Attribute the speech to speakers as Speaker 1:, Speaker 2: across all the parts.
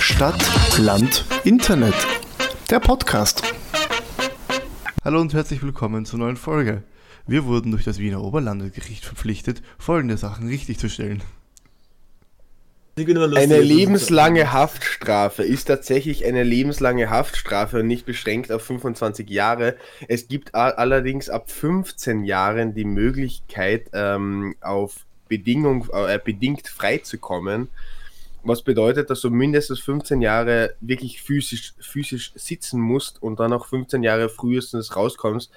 Speaker 1: Stadt, Land, Internet. Der Podcast. Hallo und herzlich willkommen zur neuen Folge. Wir wurden durch das Wiener Oberlandesgericht verpflichtet, folgende Sachen richtigzustellen.
Speaker 2: Eine lebenslange Haftstrafe ist tatsächlich eine lebenslange Haftstrafe und nicht beschränkt auf 25 Jahre. Es gibt a- allerdings ab 15 Jahren die Möglichkeit, ähm, auf Bedingung, äh, bedingt freizukommen. Was bedeutet, dass du mindestens 15 Jahre wirklich physisch, physisch sitzen musst und dann auch 15 Jahre frühestens rauskommst.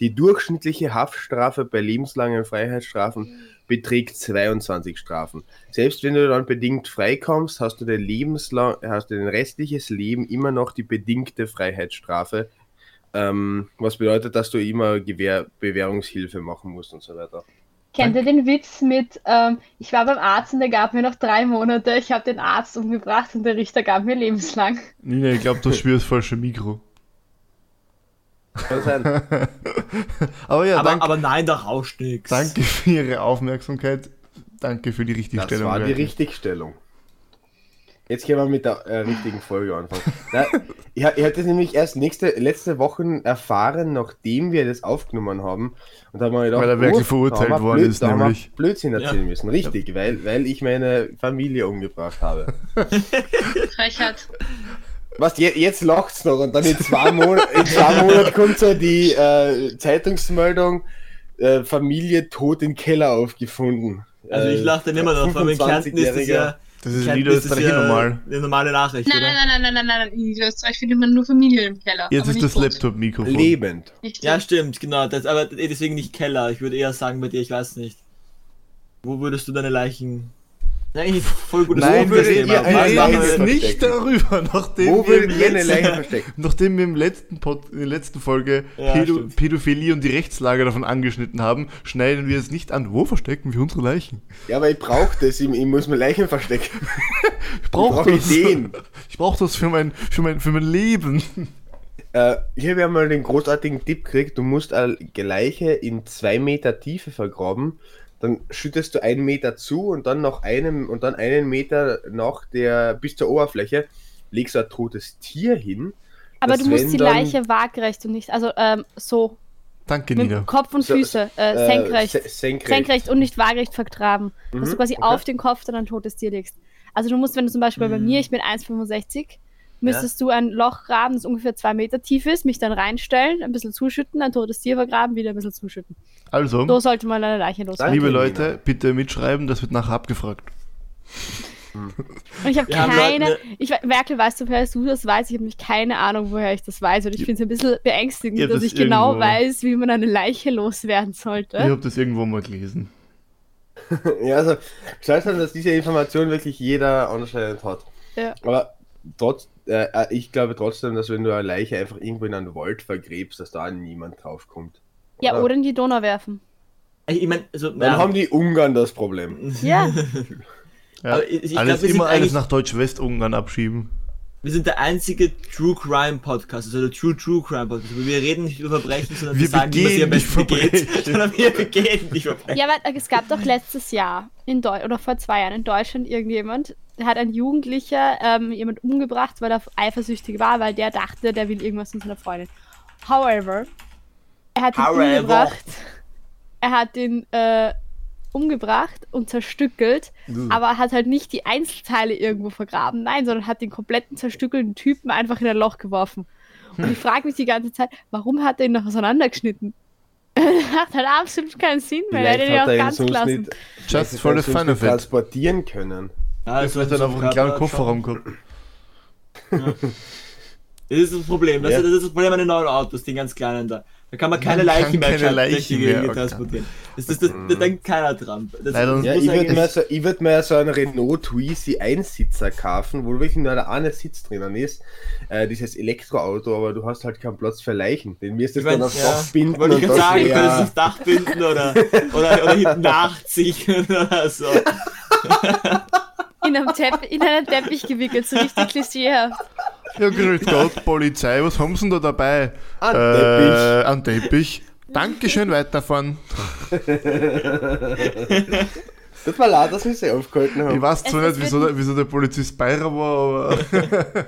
Speaker 2: Die durchschnittliche Haftstrafe bei lebenslangen Freiheitsstrafen beträgt 22 Strafen. Selbst wenn du dann bedingt freikommst, hast du dein lebenslang, hast du dein restliches Leben immer noch die bedingte Freiheitsstrafe. Ähm, was bedeutet, dass du immer Gewähr Bewährungshilfe machen musst und so weiter.
Speaker 3: Kennt ihr den Witz mit, ähm, ich war beim Arzt und der gab mir noch drei Monate, ich habe den Arzt umgebracht und der Richter gab mir lebenslang.
Speaker 1: Nina, ich glaube, du spürst falsche Mikro.
Speaker 2: Kann sein.
Speaker 1: Aber ja,
Speaker 4: aber,
Speaker 1: danke,
Speaker 4: aber nein, da rauscht nix.
Speaker 1: danke für Ihre Aufmerksamkeit. Danke für die
Speaker 2: Das
Speaker 1: Richtigstellung.
Speaker 2: war die
Speaker 1: Leute.
Speaker 2: Richtigstellung. Jetzt gehen wir mit der äh, richtigen Folge anfangen. Na, ich, ha- ich hatte nämlich erst nächste, letzte Woche erfahren, nachdem wir das aufgenommen haben. Und da haben wir gedacht,
Speaker 1: Weil er wirklich
Speaker 2: da
Speaker 1: verurteilt
Speaker 2: haben wir
Speaker 1: worden
Speaker 2: Blöd-
Speaker 1: ist,
Speaker 2: da haben wir
Speaker 1: nämlich.
Speaker 2: Blödsinn erzählen
Speaker 4: Ja.
Speaker 2: müssen. Richtig, weil, weil ich meine Familie umgebracht habe.
Speaker 3: Frechheit.
Speaker 2: Was, je, jetzt lacht's noch und dann in zwei, Mon in zwei Monaten kommt so die äh, Zeitungsmeldung, äh, Familie tot im Keller aufgefunden. Äh,
Speaker 4: Also ich lache dann immer noch, weil in Kärnten ist das
Speaker 2: 25-Jähriger.
Speaker 4: ja...
Speaker 1: Das ist in
Speaker 4: Kärnten ist das
Speaker 1: Niederösterreich eh normal.
Speaker 4: eine normale Nachricht,
Speaker 5: Nein,
Speaker 4: oder?
Speaker 5: nein, nein, nein, nein, nein, nein, in Niederösterreich findet man nur Familie im Keller.
Speaker 1: Jetzt
Speaker 5: aber
Speaker 1: ist
Speaker 5: nicht
Speaker 1: das
Speaker 5: tot.
Speaker 1: Laptop-Mikrofon.
Speaker 2: Lebend.
Speaker 5: Nicht
Speaker 4: Ja,
Speaker 5: ja,
Speaker 4: stimmt, genau. Das, aber eh deswegen nicht Keller. Ich würde eher sagen bei dir, ich weiß nicht. Wo würdest du deine Leichen... Ja, eigentlich voll gutes
Speaker 1: Nein,
Speaker 2: Wo würdet
Speaker 4: Thema.
Speaker 2: ihr
Speaker 4: Was
Speaker 2: eine
Speaker 1: wir reden
Speaker 4: machen
Speaker 2: Leiche
Speaker 4: wir-
Speaker 1: jetzt nicht
Speaker 2: verstecken?
Speaker 1: darüber, nachdem
Speaker 2: Wo
Speaker 1: wir, im
Speaker 2: würdet ihr eine
Speaker 1: letzten-
Speaker 2: Leiche verstecken?
Speaker 1: nachdem wir im letzten Pod, in der letzten Folge
Speaker 4: Ja,
Speaker 1: Pädo
Speaker 4: stimmt.
Speaker 1: Pädophilie und die Rechtslage davon angeschnitten haben, schneiden wir es nicht an. Wo verstecken wir unsere Leichen?
Speaker 2: Ja, aber ich brauche das, ich, ich muss mir Leichen verstecken.
Speaker 1: Ich brauche
Speaker 2: brauch
Speaker 1: das.
Speaker 2: Ideen.
Speaker 1: Ich brauche das für mein, für, mein, für mein Leben.
Speaker 2: Äh, ich habe ja mal den großartigen Tipp gekriegt, du musst eine Leiche in zwei Meter Tiefe vergraben, dann schüttest du einen Meter zu und dann noch einen und dann einen Meter nach der bis zur Oberfläche legst du ein totes Tier hin.
Speaker 6: Aber
Speaker 2: dass
Speaker 6: du musst
Speaker 2: wenn
Speaker 6: die
Speaker 2: dann-
Speaker 6: Leiche waagrecht und nicht, also ähm, so,
Speaker 1: Danke,
Speaker 6: mit
Speaker 1: Nina.
Speaker 6: Kopf und
Speaker 2: So-
Speaker 6: Füße, äh,
Speaker 2: äh,
Speaker 6: senkrecht,
Speaker 2: se- senkrecht.
Speaker 6: senkrecht und nicht waagrecht vergraben.
Speaker 2: Mhm,
Speaker 6: dass du quasi
Speaker 2: okay.
Speaker 6: auf den Kopf dann ein totes Tier legst. Also du musst, wenn du zum Beispiel bei
Speaker 4: Mhm.
Speaker 6: mir, ich bin 1,65, müsstest du ein Loch graben, das ungefähr zwei Meter tief ist, mich dann reinstellen, ein bisschen zuschütten, ein totes Tier vergraben, wieder ein bisschen zuschütten.
Speaker 1: Also,
Speaker 6: So sollte man eine Leiche loswerden.
Speaker 1: liebe
Speaker 2: Danke,
Speaker 1: Leute,
Speaker 2: Nina.
Speaker 1: bitte mitschreiben, das wird nachher abgefragt.
Speaker 6: Und ich habe
Speaker 4: Wir haben
Speaker 6: keine,
Speaker 4: Leute-
Speaker 6: ich, we- Merkel, weißt du, woher du das weißt? Ich habe nämlich keine Ahnung, woher ich das weiß. Und ich finde es ein bisschen beängstigend,
Speaker 1: Ja,
Speaker 6: dass
Speaker 1: das
Speaker 6: ich genau
Speaker 1: irgendwo-
Speaker 6: weiß, wie man eine Leiche loswerden sollte.
Speaker 1: Ich habe das irgendwo mal gelesen.
Speaker 2: Ja, also ich weiß schon, dass diese Information wirklich jeder anscheinend hat.
Speaker 6: Ja.
Speaker 2: Aber trotz, äh, äh, ich glaube trotzdem, dass wenn du eine Leiche einfach irgendwo in einen Wald vergräbst, dass da niemand draufkommt.
Speaker 6: Ja, oder in die Donau werfen.
Speaker 4: Ich meine, also...
Speaker 2: Dann
Speaker 4: ja.
Speaker 2: haben die Ungarn das Problem.
Speaker 6: Ja,
Speaker 1: Ja.
Speaker 4: Aber ich- ich
Speaker 1: alles
Speaker 4: glaub, wir sind
Speaker 1: immer alles
Speaker 4: eigentlich-
Speaker 1: nach Deutsch-West-Ungarn abschieben.
Speaker 4: Wir sind der einzige True Crime Podcast, also der True True Crime Podcast. Wir reden nicht über Verbrechen, sondern
Speaker 1: Wir
Speaker 4: wir, sagen, wie man sie
Speaker 1: begehen
Speaker 4: am besten
Speaker 1: nicht
Speaker 4: begeht.
Speaker 1: Verbrechen.
Speaker 4: Sondern wir begehen nicht Verbrechen.
Speaker 6: ja aber es gab doch letztes Jahr in Deu oder vor zwei Jahren in Deutschland irgendjemand, da hat ein Jugendlicher ähm, jemand umgebracht, weil er eifersüchtig war, weil der dachte, der will irgendwas von seiner Freundin. However, er hat ihn
Speaker 4: However.
Speaker 6: umgebracht. Er hat ihn äh, umgebracht und zerstückelt, aber hat halt nicht die Einzelteile irgendwo vergraben, nein, sondern hat den kompletten zerstückelten Typen einfach in ein Loch geworfen. Und ich frage mich die ganze Zeit, warum hat er ihn noch auseinandergeschnitten? Macht halt absolut keinen Sinn mehr. Er hätte ihn auch ganz gelassen.
Speaker 2: vielleicht
Speaker 1: Just for the
Speaker 2: hat er ihn
Speaker 1: fun
Speaker 2: sonst
Speaker 1: of
Speaker 2: nicht
Speaker 1: it.
Speaker 2: transportieren können.
Speaker 1: Ich
Speaker 4: Ja, also
Speaker 1: hätte dann
Speaker 4: so
Speaker 1: einfach einen
Speaker 4: Körper-
Speaker 1: kleinen Kofferraum gehabt.
Speaker 4: Das ist das Problem. Das,
Speaker 2: Ja.
Speaker 4: ist, das ist das Problem an den neuen Autos, den ganz kleinen da. Da kann man keine
Speaker 1: Man kann
Speaker 4: Leichen mehr
Speaker 1: keine
Speaker 4: schaltlich
Speaker 1: Leichen mehr,
Speaker 4: irgendwie
Speaker 1: okay.
Speaker 4: transportieren. Das, das, das, da denkt keiner dran. Das,
Speaker 1: Nein, dann-
Speaker 4: das
Speaker 2: Ja,
Speaker 4: muss
Speaker 2: ich würde
Speaker 4: eigentlich-
Speaker 2: mir, so, ich würd mir so einen Renault Twizy Einsitzer kaufen, wo wirklich nur der eine Sitz drinnen ist. Äh, dieses Elektroauto, aber du hast halt keinen Platz für Leichen. Den wirst du
Speaker 4: ich mein,
Speaker 2: dann aufs
Speaker 4: ja,
Speaker 2: Dach binden.
Speaker 4: Wollte ich
Speaker 2: und
Speaker 4: gerade sagen,
Speaker 2: dann- ja.
Speaker 4: könntest du das Dach binden oder, oder, oder hinten nachziehen oder so.
Speaker 6: In einem, Tepp in einem Teppich gewickelt, so richtig klischeehaft.
Speaker 1: Ja, grüß Gott, Polizei, was haben sie denn da dabei?
Speaker 2: Ein
Speaker 1: Äh, ein Teppich. Dankeschön, weiterfahren.
Speaker 2: Das war laut, dass wir sie aufgehalten
Speaker 1: Ich
Speaker 2: haben.
Speaker 1: weiß zwar
Speaker 6: Es-
Speaker 1: nicht,
Speaker 6: es
Speaker 1: wieso,
Speaker 6: wird-
Speaker 1: der- wieso der Polizist bei ihr war, aber.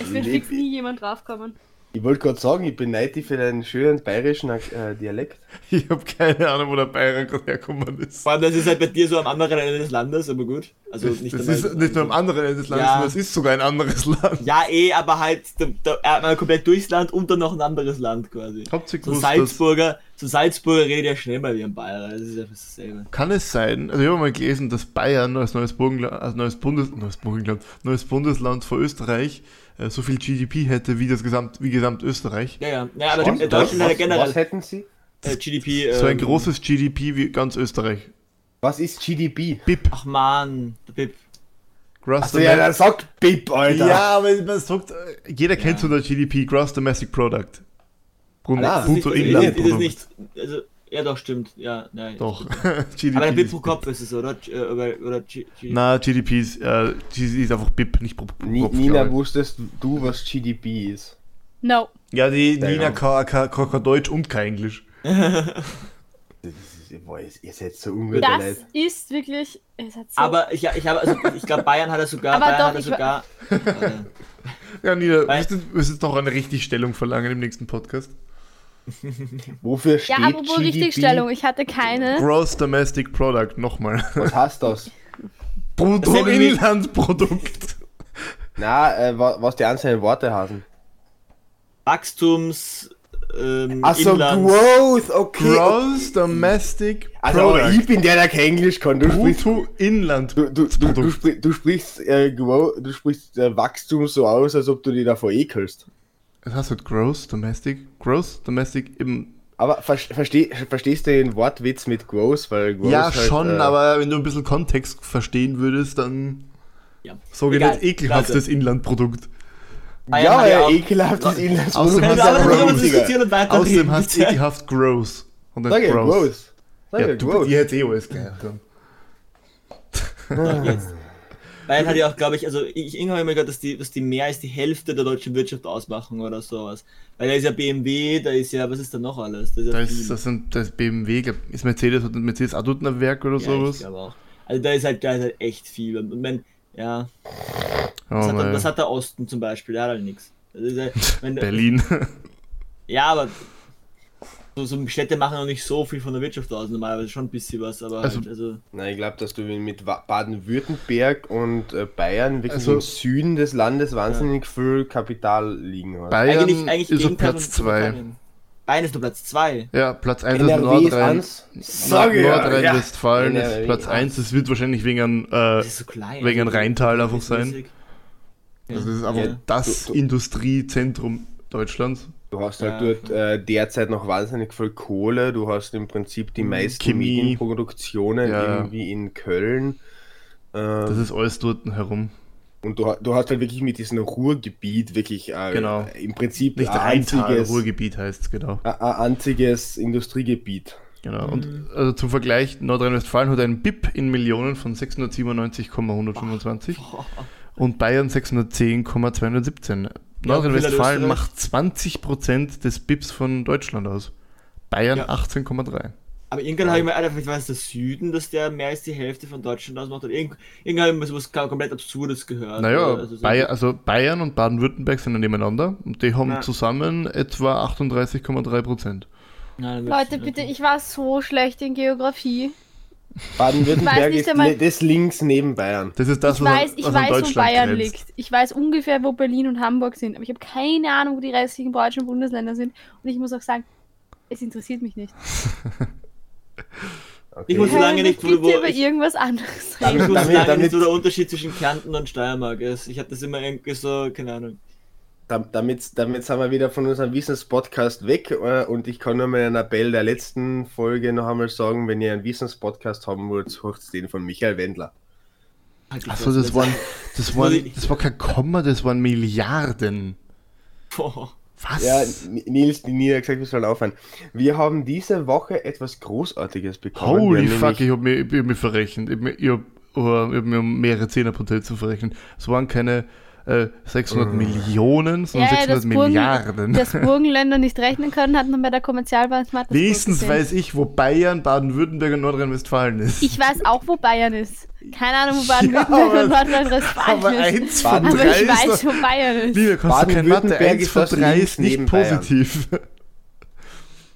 Speaker 6: Es wird
Speaker 2: Nee,
Speaker 6: fix
Speaker 2: wie-
Speaker 6: nie jemand draufkommen.
Speaker 2: Ich wollte gerade sagen, ich beneide dich für deinen schönen bayerischen äh, Dialekt.
Speaker 1: Ich habe keine Ahnung, wo der Bayer gerade hergekommen ist.
Speaker 4: Vor allem, das ist halt bei dir so am anderen Ende des Landes, aber gut. Also
Speaker 1: Das,
Speaker 4: nicht
Speaker 1: das
Speaker 4: einmal-
Speaker 1: ist nicht nur am anderen Ende des Landes,
Speaker 4: Ja.
Speaker 1: sondern es ist sogar ein anderes Land.
Speaker 4: Ja, eh, aber halt da, da, er hat mal komplett durchs Land und dann noch ein anderes Land quasi.
Speaker 1: Habt ihr
Speaker 4: So ein
Speaker 1: gewusst, dass,
Speaker 4: Salzburger, so ein Salzburger redet ja schnell mal wie ein Bayer, das ist ja fast dasselbe.
Speaker 1: kann es sein, also ich habe mal gelesen, dass Bayern als neues, Burgenland, als neues, Bundes, neues, Burgenland, neues Bundesland vor Österreich äh, so viel GDP hätte wie das Gesamt, wie Gesamt Österreich.
Speaker 4: Ja, ja, ja aber
Speaker 2: Stimmt,
Speaker 4: in Deutschland hat ja
Speaker 2: was, was
Speaker 4: generell
Speaker 2: hätten sie?
Speaker 4: äh, GDP.
Speaker 1: So ein
Speaker 4: ähm,
Speaker 1: großes GDP wie ganz Österreich.
Speaker 2: Was ist GDP?
Speaker 1: BIP.
Speaker 4: Ach man, der Pip.
Speaker 1: Gross
Speaker 2: Also, ja,
Speaker 4: ne?
Speaker 2: dann sagt BIP, Alter.
Speaker 1: Ja, aber man sagt, äh, jeder kennt so das GDP, Gross Domestic Product. Brun-
Speaker 2: Ah,
Speaker 4: ist, ist es
Speaker 1: Bruttoinlandprodukt.
Speaker 4: nicht. Also, ja, doch, stimmt. Ja, nein.
Speaker 1: Doch.
Speaker 4: Aber der
Speaker 1: GDP
Speaker 4: Bip
Speaker 1: ist
Speaker 4: pro Kopf ist es, oder? Äh, Oder, oder G- G-
Speaker 1: Na, GDP ist, äh, GDP ist einfach BIP, nicht pro, pro
Speaker 2: Ni
Speaker 1: Kopf.
Speaker 2: Nina,
Speaker 1: glaub
Speaker 2: wusstest du, was GDP ist?
Speaker 6: No.
Speaker 1: ich. ja, genau. die
Speaker 2: Ja,
Speaker 1: Nina
Speaker 2: ja.
Speaker 1: kann, kann, kann kein Deutsch und kein Englisch.
Speaker 2: Das ist, boah, ihr seid so
Speaker 6: Das
Speaker 2: ungeleitet.
Speaker 6: ist wirklich. Es hat so
Speaker 4: Aber ich, ich habe, also, ich glaube, Bayern hat er sogar.
Speaker 6: Aber
Speaker 4: Bayern
Speaker 6: doch,
Speaker 4: hat er
Speaker 6: ich
Speaker 4: sogar.
Speaker 6: wa-
Speaker 4: Warte.
Speaker 1: Ja, Nina,
Speaker 4: Weil-
Speaker 1: müsstest du müsstest noch eine Richtigstellung verlangen im nächsten Podcast.
Speaker 2: Wofür steht
Speaker 6: ja, aber wo
Speaker 2: GDP?
Speaker 6: Richtigstellung? Ich hatte keine.
Speaker 1: Gross Domestic Product, nochmal.
Speaker 2: Was heißt das?
Speaker 1: Bruttoinlandprodukt.
Speaker 2: Na, äh, wa- was die einzelnen Worte heißen.
Speaker 4: Wachstums. Ähm,
Speaker 2: Achso,
Speaker 4: Inlands-
Speaker 2: Growth, okay.
Speaker 1: Gross Domestic
Speaker 2: Also, aber
Speaker 1: Product.
Speaker 2: ich bin der, der kein Englisch kann. Du sprichst, du, du, du, du,
Speaker 1: Bruttoinlandprodukt.
Speaker 2: sprich, du sprichst, äh, Grow, du sprichst äh, Wachstum so aus, als ob du dich davor ekelst.
Speaker 1: Das heißt halt Gross Domestic. Gross Domestic im.
Speaker 2: Aber ver versteh, verstehst du den Wortwitz mit Growth? Weil Growth
Speaker 1: Ja,
Speaker 2: halt,
Speaker 1: schon,
Speaker 2: äh,
Speaker 1: aber wenn du ein bisschen Kontext verstehen würdest, dann.
Speaker 4: Ja.
Speaker 1: Sogenannt
Speaker 4: Egal,
Speaker 1: ekelhaftes Inlandprodukt.
Speaker 4: Bayern
Speaker 2: Ja,
Speaker 4: hat
Speaker 2: ja,
Speaker 4: auch-
Speaker 2: ekelhaftes
Speaker 1: Außerdem
Speaker 4: Können
Speaker 1: hast
Speaker 4: wir
Speaker 2: Inlandsprodukt.
Speaker 1: du
Speaker 4: alle
Speaker 1: Gross.
Speaker 4: darüber diskutieren und weiterreden?
Speaker 1: Außerdem hast du
Speaker 4: bitte?
Speaker 1: ekelhaft Gross. Und dann
Speaker 2: Sag ja,
Speaker 1: Gross.
Speaker 2: Growth. Sag ja,
Speaker 1: Ja, du,
Speaker 2: Growth.
Speaker 1: ihr hättet eh alles gehabt.
Speaker 4: Jetzt. Bayern hat ja auch, glaube ich, also ich irgendwann habe ich mal gehört, dass die, dass die mehr als die Hälfte der deutschen Wirtschaft ausmachen oder sowas. Weil da ist ja BMW, da ist ja, was ist da noch alles? Da ist ja
Speaker 1: Da
Speaker 4: viel.
Speaker 1: ist, das sind das BMW, glaub, ist Mercedes, hat Mercedes auch dort ein Werk oder
Speaker 4: ja, Ich
Speaker 1: sowas.
Speaker 4: glaube auch. Also da ist halt, da ist halt echt viel. Und wenn, ja,
Speaker 1: Oh
Speaker 4: was, hat der,
Speaker 1: mein.
Speaker 4: was hat der Osten zum Beispiel? Der hat halt nichts.
Speaker 1: Berlin.
Speaker 4: Ja, aber so, so Städte machen noch nicht so viel von der Wirtschaft aus, normalerweise schon ein bisschen was, aber
Speaker 1: Also-
Speaker 4: halt, also
Speaker 2: Na, ich glaube, dass du mit Wa- Baden-Württemberg und äh, Bayern wirklich
Speaker 1: Also-
Speaker 2: im Süden des Landes wahnsinnig viel Kapital liegen hast.
Speaker 1: Bayern
Speaker 4: eigentlich, eigentlich
Speaker 1: ist auf
Speaker 4: Gegenteil
Speaker 1: Platz
Speaker 4: von- von
Speaker 1: 2.
Speaker 4: Italien. Bayern ist auf Platz 2.
Speaker 1: Ja, Platz 1 ist
Speaker 2: NRW ist
Speaker 1: also Nordrhein.
Speaker 2: ans. Sag ich ja,
Speaker 1: Nordrhein-Westfalen
Speaker 2: ja.
Speaker 1: ist
Speaker 2: NRW,
Speaker 1: Platz
Speaker 2: ja.
Speaker 1: 1. Das wird wahrscheinlich wegen einem, äh,
Speaker 4: Das ist so klein.
Speaker 1: wegen einem Rheintal einfach
Speaker 4: Das ist
Speaker 1: sein.
Speaker 4: riesig.
Speaker 1: also das ist einfach
Speaker 4: Ja.
Speaker 1: das
Speaker 2: Du- du-
Speaker 1: Industriezentrum Deutschlands.
Speaker 2: Du hast halt
Speaker 4: Ja.
Speaker 2: dort äh, derzeit noch wahnsinnig viel Kohle. Du hast im Prinzip die meisten
Speaker 1: Mhm. Chemie.
Speaker 2: Medienproduktionen
Speaker 1: Ja.
Speaker 2: irgendwie in Köln.
Speaker 1: Das
Speaker 2: Äh,
Speaker 1: ist alles dort herum.
Speaker 2: und du, ha- du hast halt wirklich mit diesem Ruhrgebiet wirklich äh,
Speaker 1: Genau.
Speaker 2: im Prinzip
Speaker 1: Nicht
Speaker 2: ein
Speaker 1: Rheintal,
Speaker 2: einziges,
Speaker 1: Ruhrgebiet heißt es, genau.
Speaker 2: ein ein einziges Industriegebiet.
Speaker 1: genau. Und also zum Vergleich, Nordrhein-Westfalen hat einen BIP in Millionen von 697,125 und Bayern 610,217. Nordrhein-Westfalen
Speaker 4: Österreich.
Speaker 1: macht 20% des BIPs von Deutschland aus. Bayern
Speaker 4: Ja.
Speaker 1: 18,3.
Speaker 4: Aber irgendwann habe ich mir, Alter, vielleicht war es der Süden, dass der mehr als die Hälfte von Deutschland ausmacht. Oder irgend, irgendwann habe ich mir sowas kom- komplett Absurdes gehört.
Speaker 1: Naja,
Speaker 4: Oder? Also so-
Speaker 1: Bayer, also Bayern und Baden-Württemberg sind ja nebeneinander und die haben
Speaker 4: Ja.
Speaker 1: zusammen etwa 38,3 Prozent.
Speaker 4: Ja, dann wird's-
Speaker 6: Leute, bitte, ich war so schlecht in Geografie. Ich weiß
Speaker 2: Baden-Württemberg
Speaker 6: nicht
Speaker 2: ist
Speaker 6: einmal-
Speaker 2: ne- das links neben Bayern.
Speaker 1: Das ist das,
Speaker 6: Ich weiß, ich
Speaker 1: an
Speaker 6: weiß, wo Bayern
Speaker 1: grenzt.
Speaker 6: liegt. Ich weiß ungefähr, wo Berlin und Hamburg sind. Aber ich habe keine Ahnung, wo die restlichen deutschen Bundesländer sind. Und ich muss auch sagen, es interessiert mich nicht.
Speaker 4: Ich muss so lange nicht,
Speaker 6: bitte
Speaker 4: wo, wo
Speaker 6: über
Speaker 4: ich,
Speaker 6: irgendwas anderes
Speaker 4: ich
Speaker 6: reden.
Speaker 4: muss
Speaker 2: Damit-
Speaker 4: so lange
Speaker 2: damit-
Speaker 4: nicht, wo der Unterschied zwischen Kärnten und Steiermark ist. Ich habe das immer irgendwie so, keine Ahnung.
Speaker 2: Da- Damit, damit sind wir wieder von unserem Wissenspodcast weg äh, und ich kann nur meinen Appell der letzten Folge noch einmal sagen, wenn ihr einen Wissenspodcast haben wollt, hört den von Michael Wendler.
Speaker 4: Halt die
Speaker 1: Achso,
Speaker 4: Fresse,
Speaker 1: das waren, das waren,
Speaker 4: ich-
Speaker 1: das war kein Komma, das waren Milliarden.
Speaker 4: Boah.
Speaker 1: Was?
Speaker 2: Ja, N- Nils, die Nina hat gesagt, wir sollen aufhören. Wir haben diese Woche etwas Großartiges bekommen.
Speaker 1: Holy
Speaker 2: wir haben
Speaker 1: fuck,
Speaker 2: nämlich-
Speaker 1: ich hab mir, ich hab mir verrechnet. Ich hab mir, ich hab, oh, ich hab mir um mehrere Zehnerprozent zu verrechnen. Es waren keine äh, 600 Millionen, sondern
Speaker 6: Ja, ja,
Speaker 1: 600
Speaker 6: das Burgen-
Speaker 1: Milliarden.
Speaker 6: Dass Burgenländer nicht rechnen können, hat man bei der Kommerzialbank Smartphone
Speaker 1: Wenigstens weiß ich, wo Bayern, Baden-Württemberg und Nordrhein-Westfalen ist.
Speaker 6: Ich weiß auch, wo Bayern ist. Keine Ahnung, wo
Speaker 1: Ja,
Speaker 6: Baden-Württemberg
Speaker 1: aber-
Speaker 6: und
Speaker 1: aber
Speaker 6: Nordrhein-Westfalen ist.
Speaker 1: eins von
Speaker 6: Aber
Speaker 1: drei
Speaker 6: ich
Speaker 1: ist
Speaker 6: weiß,
Speaker 1: doch,
Speaker 6: wo Bayern ist.
Speaker 1: Liebe, kannst du kein Mathe,
Speaker 2: Baden-Württemberg
Speaker 1: eins
Speaker 2: ist
Speaker 1: von
Speaker 2: das
Speaker 1: drei
Speaker 2: links
Speaker 1: ist nicht
Speaker 2: neben Bayern.
Speaker 1: positiv.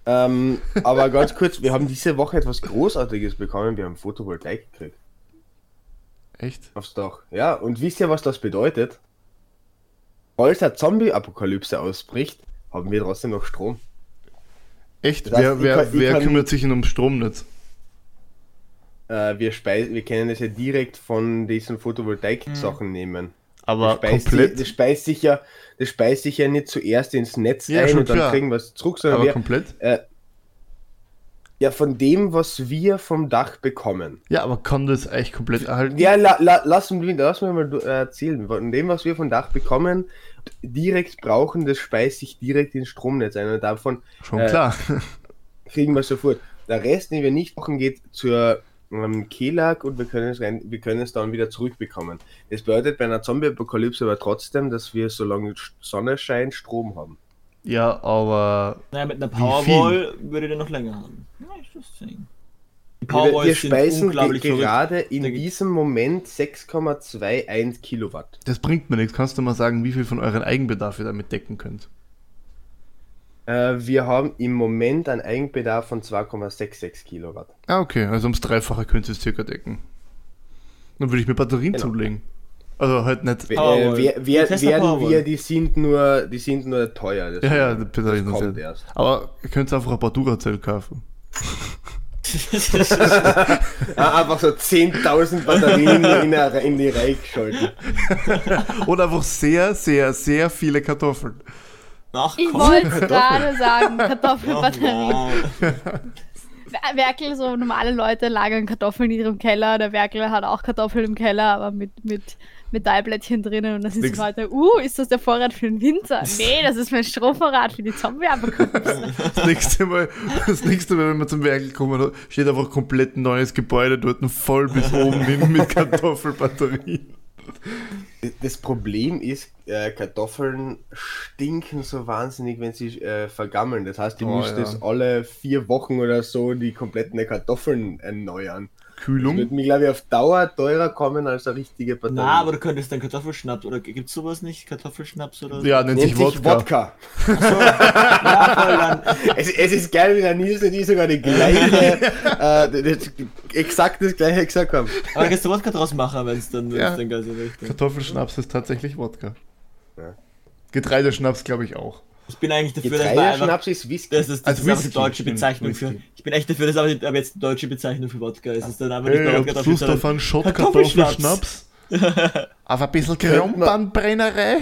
Speaker 2: Ähm, aber ganz kurz, wir haben diese Woche etwas Großartiges bekommen. Wir haben Photovoltaik gekriegt
Speaker 1: Echt?
Speaker 2: aufs Dach. Ja, und wisst ihr, was das bedeutet? Falls eine Zombie-Apokalypse ausbricht, haben wir trotzdem noch Strom.
Speaker 1: Echt?
Speaker 2: Das-
Speaker 1: wer
Speaker 2: ich
Speaker 1: wer,
Speaker 2: kann- ich
Speaker 1: wer
Speaker 2: kann-
Speaker 1: kümmert sich denn ums Stromnetz?
Speaker 2: Äh, wir, speis wir können das ja direkt von diesen Photovoltaik-Sachen nehmen.
Speaker 1: Hm. Aber
Speaker 2: das speist
Speaker 1: komplett?
Speaker 2: Sich, das, speist sich ja, das speist sich ja nicht zuerst ins Netz
Speaker 1: Ja,
Speaker 2: ein
Speaker 1: schon
Speaker 2: und dann
Speaker 1: klar.
Speaker 2: kriegen wir es zurück, sondern
Speaker 1: aber
Speaker 2: wir,
Speaker 1: komplett?
Speaker 2: ja von dem, was wir vom Dach bekommen.
Speaker 1: Ja, aber kann das eigentlich komplett erhalten?
Speaker 2: Ja, la, la, lass, mich, lass mich mal du- äh, erzählen. Von dem, was wir vom Dach bekommen, direkt brauchen, das speist sich direkt ins Stromnetz ein und davon
Speaker 1: Schon
Speaker 2: äh,
Speaker 1: klar.
Speaker 2: kriegen wir sofort. Der Rest, den wir nicht brauchen, geht zur ähm, Kelag und wir können, es rein, wir können es dann wieder zurückbekommen. Das bedeutet bei einer Zombie-Apokalypse aber trotzdem, dass wir, solange Sch- Sonne scheint, Strom haben.
Speaker 1: Ja, aber
Speaker 4: Naja, mit einer
Speaker 1: viel?
Speaker 4: Powerwall würde der noch länger haben. Ja, ich das sehen. Die
Speaker 2: Wir, wir
Speaker 4: Powerwalls sind
Speaker 2: speisen ge
Speaker 4: unglaublich verrückt.
Speaker 2: gerade in
Speaker 4: Da geht-
Speaker 2: diesem Moment 6,21 Kilowatt.
Speaker 1: das bringt mir nichts. Kannst du mal sagen, wie viel von euren Eigenbedarf ihr damit decken könnt?
Speaker 2: Äh, wir haben im Moment einen Eigenbedarf von 2,66 Kilowatt.
Speaker 1: Ah, okay. Also ums Dreifache könnt ihr es circa decken. Dann würde ich mir Batterien
Speaker 2: Genau.
Speaker 1: zulegen. Also halt nicht.
Speaker 2: We-
Speaker 4: Powerwall.
Speaker 2: Äh, wer, wer,
Speaker 4: Wir testen
Speaker 2: werden
Speaker 4: Powerwall.
Speaker 2: wir, die sind nur, die sind nur teuer. das-
Speaker 1: Ja, ja, die Batterien
Speaker 2: das
Speaker 1: sind
Speaker 2: kommt
Speaker 1: sehr-
Speaker 2: erst.
Speaker 1: Aber ihr könnt einfach ein paar Duracell kaufen.
Speaker 2: Ah, einfach so 10.000 Batterien in, eine- in die Reihe geschalten.
Speaker 1: Oder einfach sehr, sehr, sehr viele Kartoffeln.
Speaker 4: Ach,
Speaker 6: Ich
Speaker 4: komm.
Speaker 6: wollte es gerade sagen, Kartoffelbatterie.
Speaker 4: Wow.
Speaker 6: Wer- Werkel, so normale Leute lagern Kartoffeln in ihrem Keller. Der Werkel hat auch Kartoffeln im Keller, aber mit, mit Metallblättchen drinnen. Und das ist
Speaker 1: Nix.
Speaker 6: ihm heute, uh, ist das der Vorrat für den Winter? Nee, das ist mein Stromvorrat für die Zombie-Apokalypse.
Speaker 1: Das nächste Mal, das nächste Mal wenn wir zum Werkel kommen, steht einfach komplett neues Gebäude dort voll bis oben hin mit Kartoffelbatterien.
Speaker 2: Das Problem ist, äh, Kartoffeln stinken so wahnsinnig, wenn sie äh, vergammeln. Das heißt, ihr
Speaker 1: Oh,
Speaker 2: müsst
Speaker 1: ja.
Speaker 2: es alle vier Wochen oder so die kompletten Kartoffeln erneuern. Das
Speaker 1: Kühlung?
Speaker 2: wird mir, glaube ich, auf Dauer teurer kommen als eine richtige Batterie.
Speaker 4: Na, aber du könntest dann Kartoffelschnaps oder gibt's sowas nicht? Kartoffelschnaps oder so?
Speaker 1: Ja, nennt sich
Speaker 2: Nennt sich
Speaker 1: Wodka.
Speaker 2: Wodka.
Speaker 4: Ja, voll, dann,
Speaker 2: Es, es ist geil, wie der Nils und ich sogar die gleiche, äh, das, exakt das gleiche gesagt haben.
Speaker 4: aber dann kannst du Wodka draus machen, wenn es dann, wenn's
Speaker 1: Ja.
Speaker 4: dann ganz in Richtung.
Speaker 1: Kartoffelschnaps ist tatsächlich Wodka.
Speaker 2: Ja.
Speaker 1: Getreideschnaps glaube ich auch.
Speaker 4: Ich bin eigentlich dafür, dass wir einfach.
Speaker 2: Getreideschnaps ist Whisky.
Speaker 4: Das ist, das
Speaker 1: Also
Speaker 4: ist aber
Speaker 1: Whisky,
Speaker 4: die deutsche
Speaker 1: stimmt,
Speaker 4: Bezeichnung für.
Speaker 1: Whisky.
Speaker 4: Ich bin echt dafür, dass aber, die- aber jetzt die deutsche Bezeichnung für Wodka ist. Es ist dann aber nicht
Speaker 1: Hey,
Speaker 4: mehr
Speaker 1: habt
Speaker 4: Wodka
Speaker 1: ihr
Speaker 4: drauf.
Speaker 1: Lust
Speaker 4: sondern
Speaker 1: auf einen Shot
Speaker 4: Kartoffelschnaps.
Speaker 1: Kartoffelschnaps? auf ein bisschen
Speaker 2: Könnte man-
Speaker 1: Krumpernbrennerei?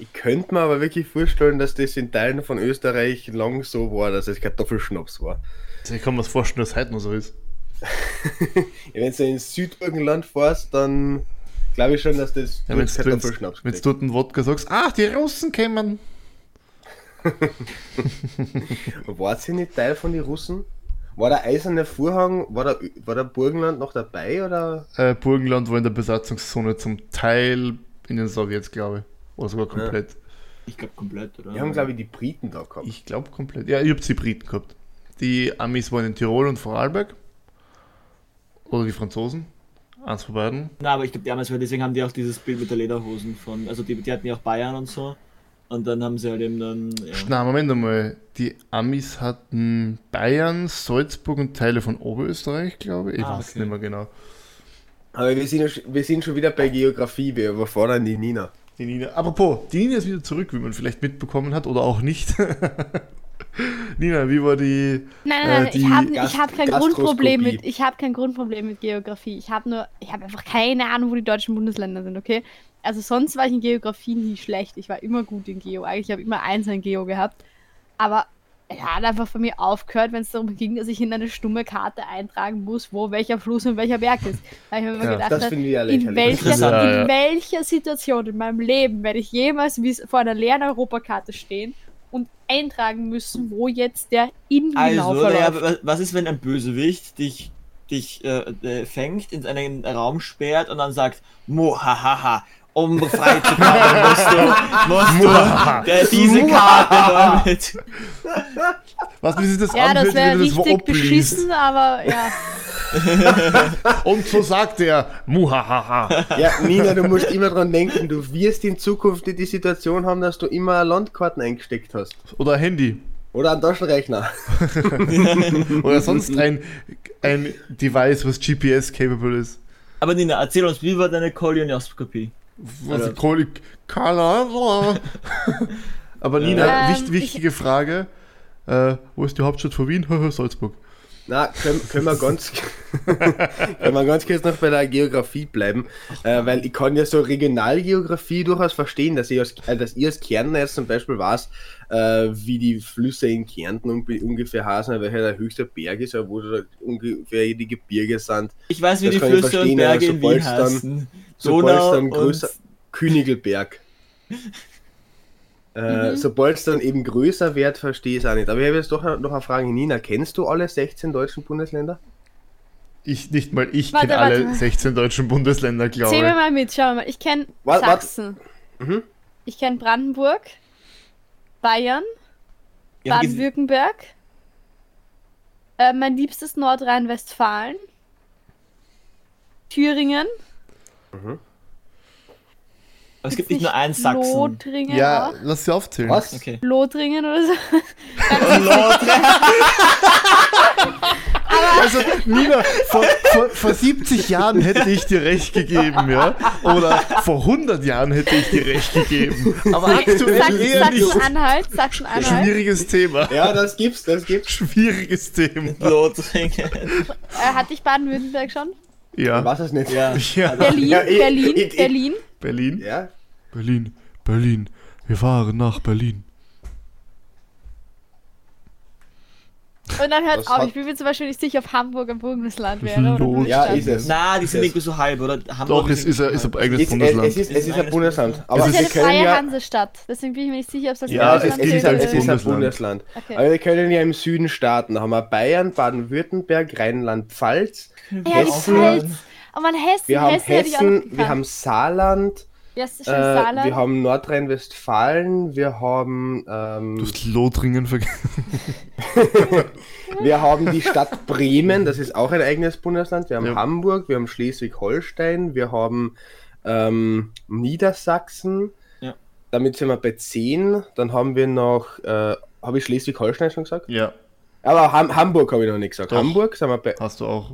Speaker 2: Ich könnte mir aber wirklich vorstellen, dass das in Teilen von Österreich lang so war, dass es Kartoffelschnaps war.
Speaker 1: Ich kann mir das vorstellen, dass heute noch so ist.
Speaker 2: Wenn du ins Südburgenland fährst, dann glaube ich schon, dass das
Speaker 1: Ja,
Speaker 2: mit
Speaker 1: wenn du
Speaker 2: Kartoffelschnaps
Speaker 1: dort einen Wodka sagst, ah, die Russen kämen.
Speaker 2: kriegt. War sie nicht Teil von den Russen? War der eiserne Vorhang, war der, war der Burgenland noch dabei oder?
Speaker 1: Äh, Burgenland war in der Besatzungszone zum Teil in den Sowjets, glaube ich. Oder sogar komplett.
Speaker 4: Ich glaube komplett, oder?
Speaker 2: Wir haben glaube ich die Briten da gehabt.
Speaker 1: Ich glaube komplett. Ja, ich habe die Briten gehabt. Die Amis waren in Tirol und Vorarlberg. Oder die Franzosen. Eins von beiden.
Speaker 4: Na, aber ich glaube, die haben es, weil deswegen haben die auch dieses Bild mit der Lederhosen von. Also die, die hatten ja auch Bayern und so. Und dann haben sie halt eben dann. Ja.
Speaker 1: Na, Moment einmal. Die Amis hatten Bayern, Salzburg und Teile von Oberösterreich, glaube ich. Ich
Speaker 4: Ah,
Speaker 1: weiß
Speaker 4: okay.
Speaker 1: nicht mehr genau.
Speaker 2: Aber wir sind, ja sch- wir sind schon wieder bei Geografie, wir überfordern die Nina.
Speaker 1: Die Nina. Apropos, die Nina ist wieder zurück, wie man vielleicht mitbekommen hat oder auch nicht. Nina, wie war die.
Speaker 6: Nein, nein,
Speaker 1: Äh,
Speaker 6: nein, ich
Speaker 1: die
Speaker 6: habe ich hab kein
Speaker 2: Gastroskopie.
Speaker 6: Grundproblem mit, ich habe kein Grundproblem mit Geografie. Ich habe nur, ich habe einfach keine Ahnung, wo die deutschen Bundesländer sind, okay? Also sonst war ich in Geografie nie schlecht. Ich war immer gut in Geo. Eigentlich habe ich immer eins in Geo gehabt. Aber er hat einfach von mir aufgehört, wenn es darum ging, dass ich in eine stumme Karte eintragen muss, wo welcher Fluss und welcher Berg ist. Da habe ich mir immer
Speaker 1: Ja,
Speaker 6: gedacht,
Speaker 2: das
Speaker 6: hab,
Speaker 2: finde ich ja
Speaker 6: in
Speaker 2: lächerlich.
Speaker 6: welcher,
Speaker 4: Ja,
Speaker 1: ja.
Speaker 6: in welcher Situation in meinem Leben werde ich jemals vis- vor einer leeren Europakarte stehen und eintragen müssen, wo jetzt der Inn genau
Speaker 4: Also, naja,
Speaker 6: verläuft?
Speaker 4: wa- was ist, wenn ein Bösewicht dich, dich äh, äh, fängt, in einen Raum sperrt und dann sagt, Mohahaha, um freizukommen, musst du, musst du der, diese Karte damit.
Speaker 1: Was bis sich das
Speaker 6: Ja,
Speaker 1: anhört,
Speaker 6: das
Speaker 1: wenn
Speaker 6: wäre
Speaker 1: du das wo
Speaker 6: richtig
Speaker 1: obliest.
Speaker 6: beschissen, aber ja.
Speaker 1: Und so sagt er, muhahaha.
Speaker 2: Ja, Nina, du musst immer dran denken, du wirst in Zukunft die Situation haben, dass du immer Landkarten eingesteckt hast.
Speaker 1: Oder Handy.
Speaker 2: Oder einen Taschenrechner.
Speaker 1: Oder sonst ein, ein Device, was GPS-capable ist.
Speaker 4: Aber Nina, erzähl uns, wie war deine Kolonioskopie?
Speaker 1: Was
Speaker 4: Oder-
Speaker 1: Kohle. Keine Ahnung. Aber Nina,
Speaker 6: Ähm,
Speaker 1: wicht, wichtige Frage. Äh, wo ist die Hauptstadt von Wien? Salzburg.
Speaker 2: Na, können, können, wir ganz, können wir ganz kurz noch bei der Geografie bleiben, äh, weil ich kann ja so Regionalgeografie durchaus verstehen, dass ihr als, äh, dass ihr als Kärntner jetzt zum Beispiel weiß, äh, wie die Flüsse in Kärnten unbe- ungefähr heißen, welcher der höchste Berg ist, oder wo da ungefähr die Gebirge sind.
Speaker 4: Ich weiß, wie
Speaker 2: Das
Speaker 4: die
Speaker 2: kann ich
Speaker 4: Flüsse und
Speaker 2: verstehen,
Speaker 4: Berge
Speaker 2: aber
Speaker 4: in Wien
Speaker 2: sobald's dann-
Speaker 4: heißen.
Speaker 2: sobald's
Speaker 4: Donau
Speaker 2: dann größer-
Speaker 4: und
Speaker 2: Königelberg. Äh, Sobald es dann eben größer wird, verstehe ich es auch nicht. Aber ich habe jetzt doch noch eine Frage. Nina, kennst du alle 16 deutschen Bundesländer?
Speaker 1: Ich nicht mal, ich
Speaker 6: Warte,
Speaker 1: kenne alle
Speaker 6: warte.
Speaker 1: 16 deutschen Bundesländer, glaube
Speaker 6: Zähl mir
Speaker 1: ich.
Speaker 6: mal mit, schau mal. Ich kenne
Speaker 2: Wa- wa-
Speaker 6: Sachsen.
Speaker 2: Mhm.
Speaker 6: Ich kenne Brandenburg, Bayern,
Speaker 4: Ja, vergiss-
Speaker 6: Baden-Württemberg, äh, mein liebstes Nordrhein-Westfalen, Thüringen,
Speaker 4: aber es gibt nicht nur einen Sachsen.
Speaker 6: Lothringen,
Speaker 1: Ja,
Speaker 6: auch.
Speaker 1: lass sie aufzählen.
Speaker 2: Was?
Speaker 4: Okay.
Speaker 6: Lothringen oder so.
Speaker 1: Also, Nina, vor, vor, vor 70 Jahren hätte ich dir recht gegeben, ja? Oder vor 100 Jahren hätte ich dir recht gegeben. Aber aktuell
Speaker 6: Sachsen-
Speaker 1: eher nicht.
Speaker 6: Sachsen-Anhalt, Sachsen-Anhalt.
Speaker 1: Schwieriges Thema.
Speaker 2: Ja, das gibt's, das gibt's.
Speaker 1: Schwieriges Thema.
Speaker 4: Lothringen.
Speaker 6: Äh, hatte ich Baden-Württemberg schon?
Speaker 1: Ja.
Speaker 2: Was es nicht?
Speaker 4: Ja.
Speaker 1: Ja.
Speaker 6: Berlin,
Speaker 2: Also, Ja, ich-
Speaker 6: Berlin,
Speaker 2: ich- ich-
Speaker 6: Berlin.
Speaker 1: Berlin.
Speaker 2: Ja.
Speaker 1: Berlin, Berlin. Wir fahren nach Berlin.
Speaker 6: Und dann hört
Speaker 2: Was
Speaker 6: auf.
Speaker 2: hat-
Speaker 6: Ich bin mir zum Beispiel nicht sicher, ob Hamburg ein Bundesland
Speaker 1: Was ist
Speaker 6: wäre. Oder
Speaker 1: los?
Speaker 2: Ja,
Speaker 6: Bundesstaat.
Speaker 2: ist es.
Speaker 4: Na, die sind
Speaker 2: Das-
Speaker 4: irgendwie so halb, oder? Hamburg
Speaker 1: Doch, es
Speaker 4: irgendwie
Speaker 1: ist,
Speaker 4: so
Speaker 1: ein- ist ein
Speaker 4: halb.
Speaker 1: eigenes
Speaker 2: Es,
Speaker 1: Bundesland.
Speaker 2: es, es, ist, es ist ein Bundesland. Aber
Speaker 1: Es
Speaker 6: Das
Speaker 1: ist
Speaker 6: ist
Speaker 2: wir
Speaker 6: eine
Speaker 2: können
Speaker 6: freie
Speaker 2: ja.
Speaker 6: Hansestadt. Deswegen bin ich mir nicht sicher, ob es das
Speaker 1: Ja,
Speaker 2: es,
Speaker 1: es
Speaker 6: Bundesland
Speaker 1: gilt
Speaker 2: ist,
Speaker 6: zählt
Speaker 2: ein-
Speaker 1: als
Speaker 2: es ist halt ein
Speaker 1: Bundesland.
Speaker 2: Bundesland.
Speaker 6: Okay.
Speaker 2: Aber wir können ja im Süden starten. Da haben wir Bayern, Baden-Württemberg, Rheinland-Pfalz.
Speaker 6: Ja, die
Speaker 2: Hessen.
Speaker 6: Pfalz. Oh man, Hessen.
Speaker 2: Wir haben
Speaker 6: hätte ich auch noch
Speaker 2: Hessen, wir
Speaker 6: gekannt.
Speaker 2: haben Saarland,
Speaker 6: ja, es ist
Speaker 2: äh,
Speaker 6: schon Saarland.
Speaker 2: wir haben Nordrhein-Westfalen, wir haben,
Speaker 1: Du
Speaker 2: ähm,
Speaker 1: hast Lothringen vergessen.
Speaker 2: wir haben die Stadt Bremen, das ist auch ein eigenes Bundesland. Wir haben
Speaker 1: Ja.
Speaker 2: Hamburg, wir haben Schleswig-Holstein, wir haben ähm, Niedersachsen.
Speaker 4: Ja.
Speaker 2: Damit sind wir bei 10. Dann haben wir noch, äh, habe ich Schleswig-Holstein schon gesagt?
Speaker 1: Ja,
Speaker 2: Aber Ham Hamburg habe ich noch nicht gesagt.
Speaker 1: Doch.
Speaker 2: Hamburg sind wir bei.
Speaker 1: hast du auch.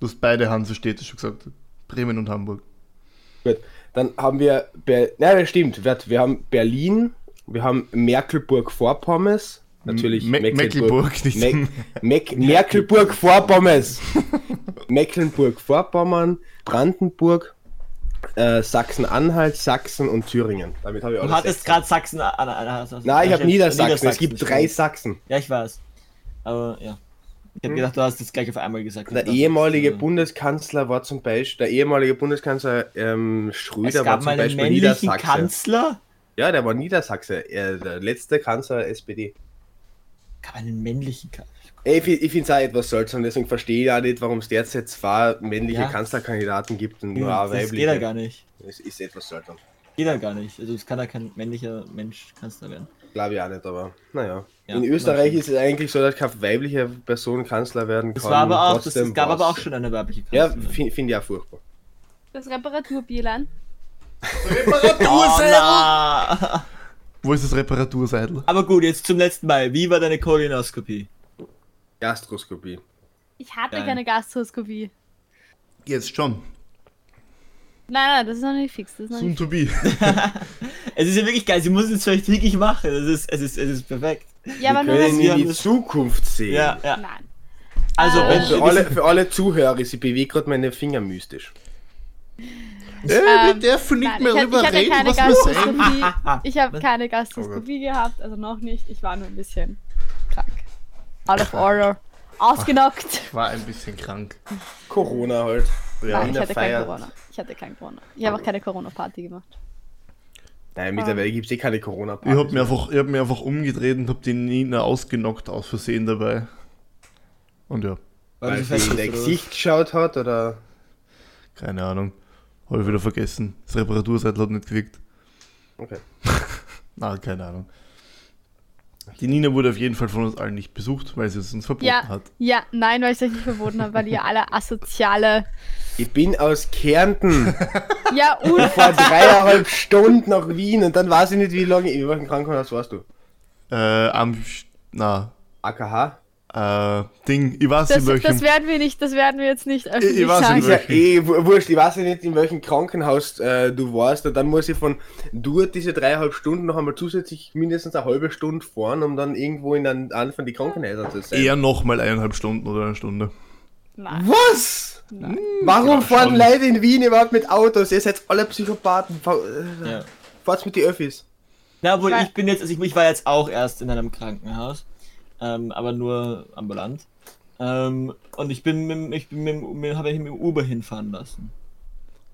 Speaker 1: Du hast beide Hansestädte schon gesagt. Bremen und Hamburg.
Speaker 2: Gut. Dann haben wir. Ber Nein, das stimmt. Wert. Wir haben Berlin, wir haben Merkelburg-Vorpommes. Natürlich
Speaker 1: Me- Mecklenburg, nicht-
Speaker 2: Me Meck- Merkelburg-Vorpommes. Mecklenburg-Vorpommern, Brandenburg, äh, Sachsen-Anhalt, Sachsen und Thüringen. Damit habe ich
Speaker 4: Du
Speaker 2: alles.
Speaker 4: hattest gerade Sachsen. ah, an- an- an- an-
Speaker 2: Nein, ich habe
Speaker 4: an-
Speaker 2: Niedersachsen. Es gibt
Speaker 4: stimmt.
Speaker 2: drei Sachsen.
Speaker 4: also Ja, ich weiß. Aber ja. Ich habe gedacht, du hast das gleich auf einmal gesagt.
Speaker 2: Der
Speaker 4: Das
Speaker 2: Hm. ehemalige
Speaker 4: ist, äh,
Speaker 2: Bundeskanzler war zum Beispiel, der ehemalige Bundeskanzler ähm,
Speaker 4: Es
Speaker 2: Schröder war
Speaker 4: gab
Speaker 2: zum
Speaker 4: mal einen
Speaker 2: Beispiel
Speaker 4: männlichen
Speaker 2: Niedersachse.
Speaker 4: Kanzler.
Speaker 2: Ja, der war Niedersachse, äh, der letzte Kanzler der SPD.
Speaker 4: Gab einen männlichen Kanzler.
Speaker 2: Ey, Ich, find- ich finde es auch etwas seltsam, deswegen verstehe ich auch nicht, warum es derzeit zwei männliche
Speaker 4: Ja.
Speaker 2: Kanzlerkandidaten gibt und nur eine
Speaker 4: Das
Speaker 2: weibliche.
Speaker 4: geht ja gar nicht.
Speaker 2: Das ist etwas seltsam.
Speaker 4: Geht ja gar nicht. Also es kann ja kein männlicher Mensch Kanzler werden.
Speaker 2: Glaube ich auch nicht, aber naja.
Speaker 4: Ja,
Speaker 2: In Österreich
Speaker 4: na
Speaker 2: ist es eigentlich so, dass keine weibliche Person Kanzler werden kann.
Speaker 4: Das war aber auch, das,
Speaker 2: trotzdem
Speaker 4: es gab aber auch
Speaker 2: war's.
Speaker 4: schon eine weibliche
Speaker 2: Ja,
Speaker 4: Kanzlerin.
Speaker 2: finde find ich auch furchtbar.
Speaker 6: das Reparaturbilan.
Speaker 4: oh, na.
Speaker 1: Ah. Wo ist das Reparaturseidel?
Speaker 4: Aber gut, jetzt zum letzten Mal. Wie war deine Kolonioskopie?
Speaker 2: Gastroskopie.
Speaker 6: Ich hatte
Speaker 4: Nein.
Speaker 6: keine Gastroskopie.
Speaker 1: Jetzt schon.
Speaker 6: Nein, nein, das ist noch nicht fix. Das ist noch
Speaker 1: Soon
Speaker 6: nicht
Speaker 1: to be.
Speaker 4: Es ist ja wirklich geil. Sie müssen es vielleicht wirklich machen. Es ist, es ist, es ist perfekt.
Speaker 6: fix. Ja, aber
Speaker 2: Wir
Speaker 6: nur
Speaker 2: können
Speaker 6: das.
Speaker 4: wir
Speaker 2: in
Speaker 4: haben
Speaker 2: die
Speaker 4: das-
Speaker 2: Zukunft sehen.
Speaker 4: Ja, ja.
Speaker 6: Nein.
Speaker 4: Also,
Speaker 6: Äh,
Speaker 4: wenn
Speaker 2: Und für
Speaker 4: wir
Speaker 2: alle, für alle Zuhörer, ich bewege gerade meine Finger mystisch.
Speaker 1: Äh, wir dürfen nicht
Speaker 6: Nein,
Speaker 1: mehr
Speaker 6: ich, hab-
Speaker 1: drüber
Speaker 6: ich hatte
Speaker 1: reden,
Speaker 6: keine
Speaker 1: was wir sagen. Ne? Oh
Speaker 6: Gastroskopie. Ich habe keine Gastroskopie gehabt, also noch nicht. Ich war nur ein bisschen krank. Out of order. Ausgenockt.
Speaker 1: War ein bisschen krank.
Speaker 2: Corona halt.
Speaker 6: Nein, ich
Speaker 2: Berliner
Speaker 6: hatte kein
Speaker 2: feiert.
Speaker 6: Corona. Ich hatte kein Corona. Ich
Speaker 1: Oh.
Speaker 6: habe auch keine Corona-Party gemacht.
Speaker 2: Nein, mittlerweile gibt es eh keine corona
Speaker 1: Ich hab, mir einfach, ich hab mir einfach umgedreht und hab die Nina ausgenockt aus Versehen dabei. Und ja,
Speaker 4: Weil
Speaker 2: Weil
Speaker 4: sie
Speaker 2: sie in
Speaker 4: fest
Speaker 2: dein
Speaker 1: halt
Speaker 4: ist, oder was?
Speaker 2: Gesicht geschaut hat oder.
Speaker 1: keine Ahnung. Habe ich wieder vergessen. Das Reparaturzettel hat nicht gekriegt.
Speaker 2: Okay.
Speaker 1: Na, keine Ahnung. Die Nina wurde auf jeden Fall von uns allen nicht besucht, weil sie es uns verboten
Speaker 6: Ja.
Speaker 1: hat.
Speaker 6: Ja, nein, weil ich das nicht verboten habe, weil ihr alle asoziale.
Speaker 2: Ich bin aus Kärnten
Speaker 6: Ja, und
Speaker 2: vor dreieinhalb Stunden nach Wien und dann weiß ich nicht, wie lange. In welchem Krankenhaus warst du?
Speaker 1: Äh, am. Sch- Na,
Speaker 2: AKH?
Speaker 1: äh, Ding, ich weiß
Speaker 6: das,
Speaker 1: in welchem.
Speaker 6: das werden wir nicht, das werden wir jetzt nicht öffentlich
Speaker 1: ich weiß nicht,
Speaker 6: sagen.
Speaker 2: Ist ja eh wu- wurscht, ich weiß ja nicht, in welchem Krankenhaus äh, du warst. Und dann muss ich von dort diese dreieinhalb Stunden noch einmal zusätzlich mindestens eine halbe Stunde fahren, um dann irgendwo in einem anderen von den Krankenhäusern zu sein.
Speaker 1: Eher nochmal eineinhalb Stunden oder eine Stunde.
Speaker 6: Nein.
Speaker 2: Was? Hm. Warum fahren Leute in Wien überhaupt mit Autos? Ihr seid alle Psychopathen. Fa äh,
Speaker 4: Ja.
Speaker 2: Fahrt's mit die Öffis.
Speaker 4: Na, obwohl
Speaker 6: Weil-
Speaker 4: ich bin jetzt, also ich, ich war jetzt auch erst in einem Krankenhaus, ähm, aber nur ambulant. Ähm, und ich bin mit, ich bin mit, mit habe ich mit dem Uber hinfahren lassen.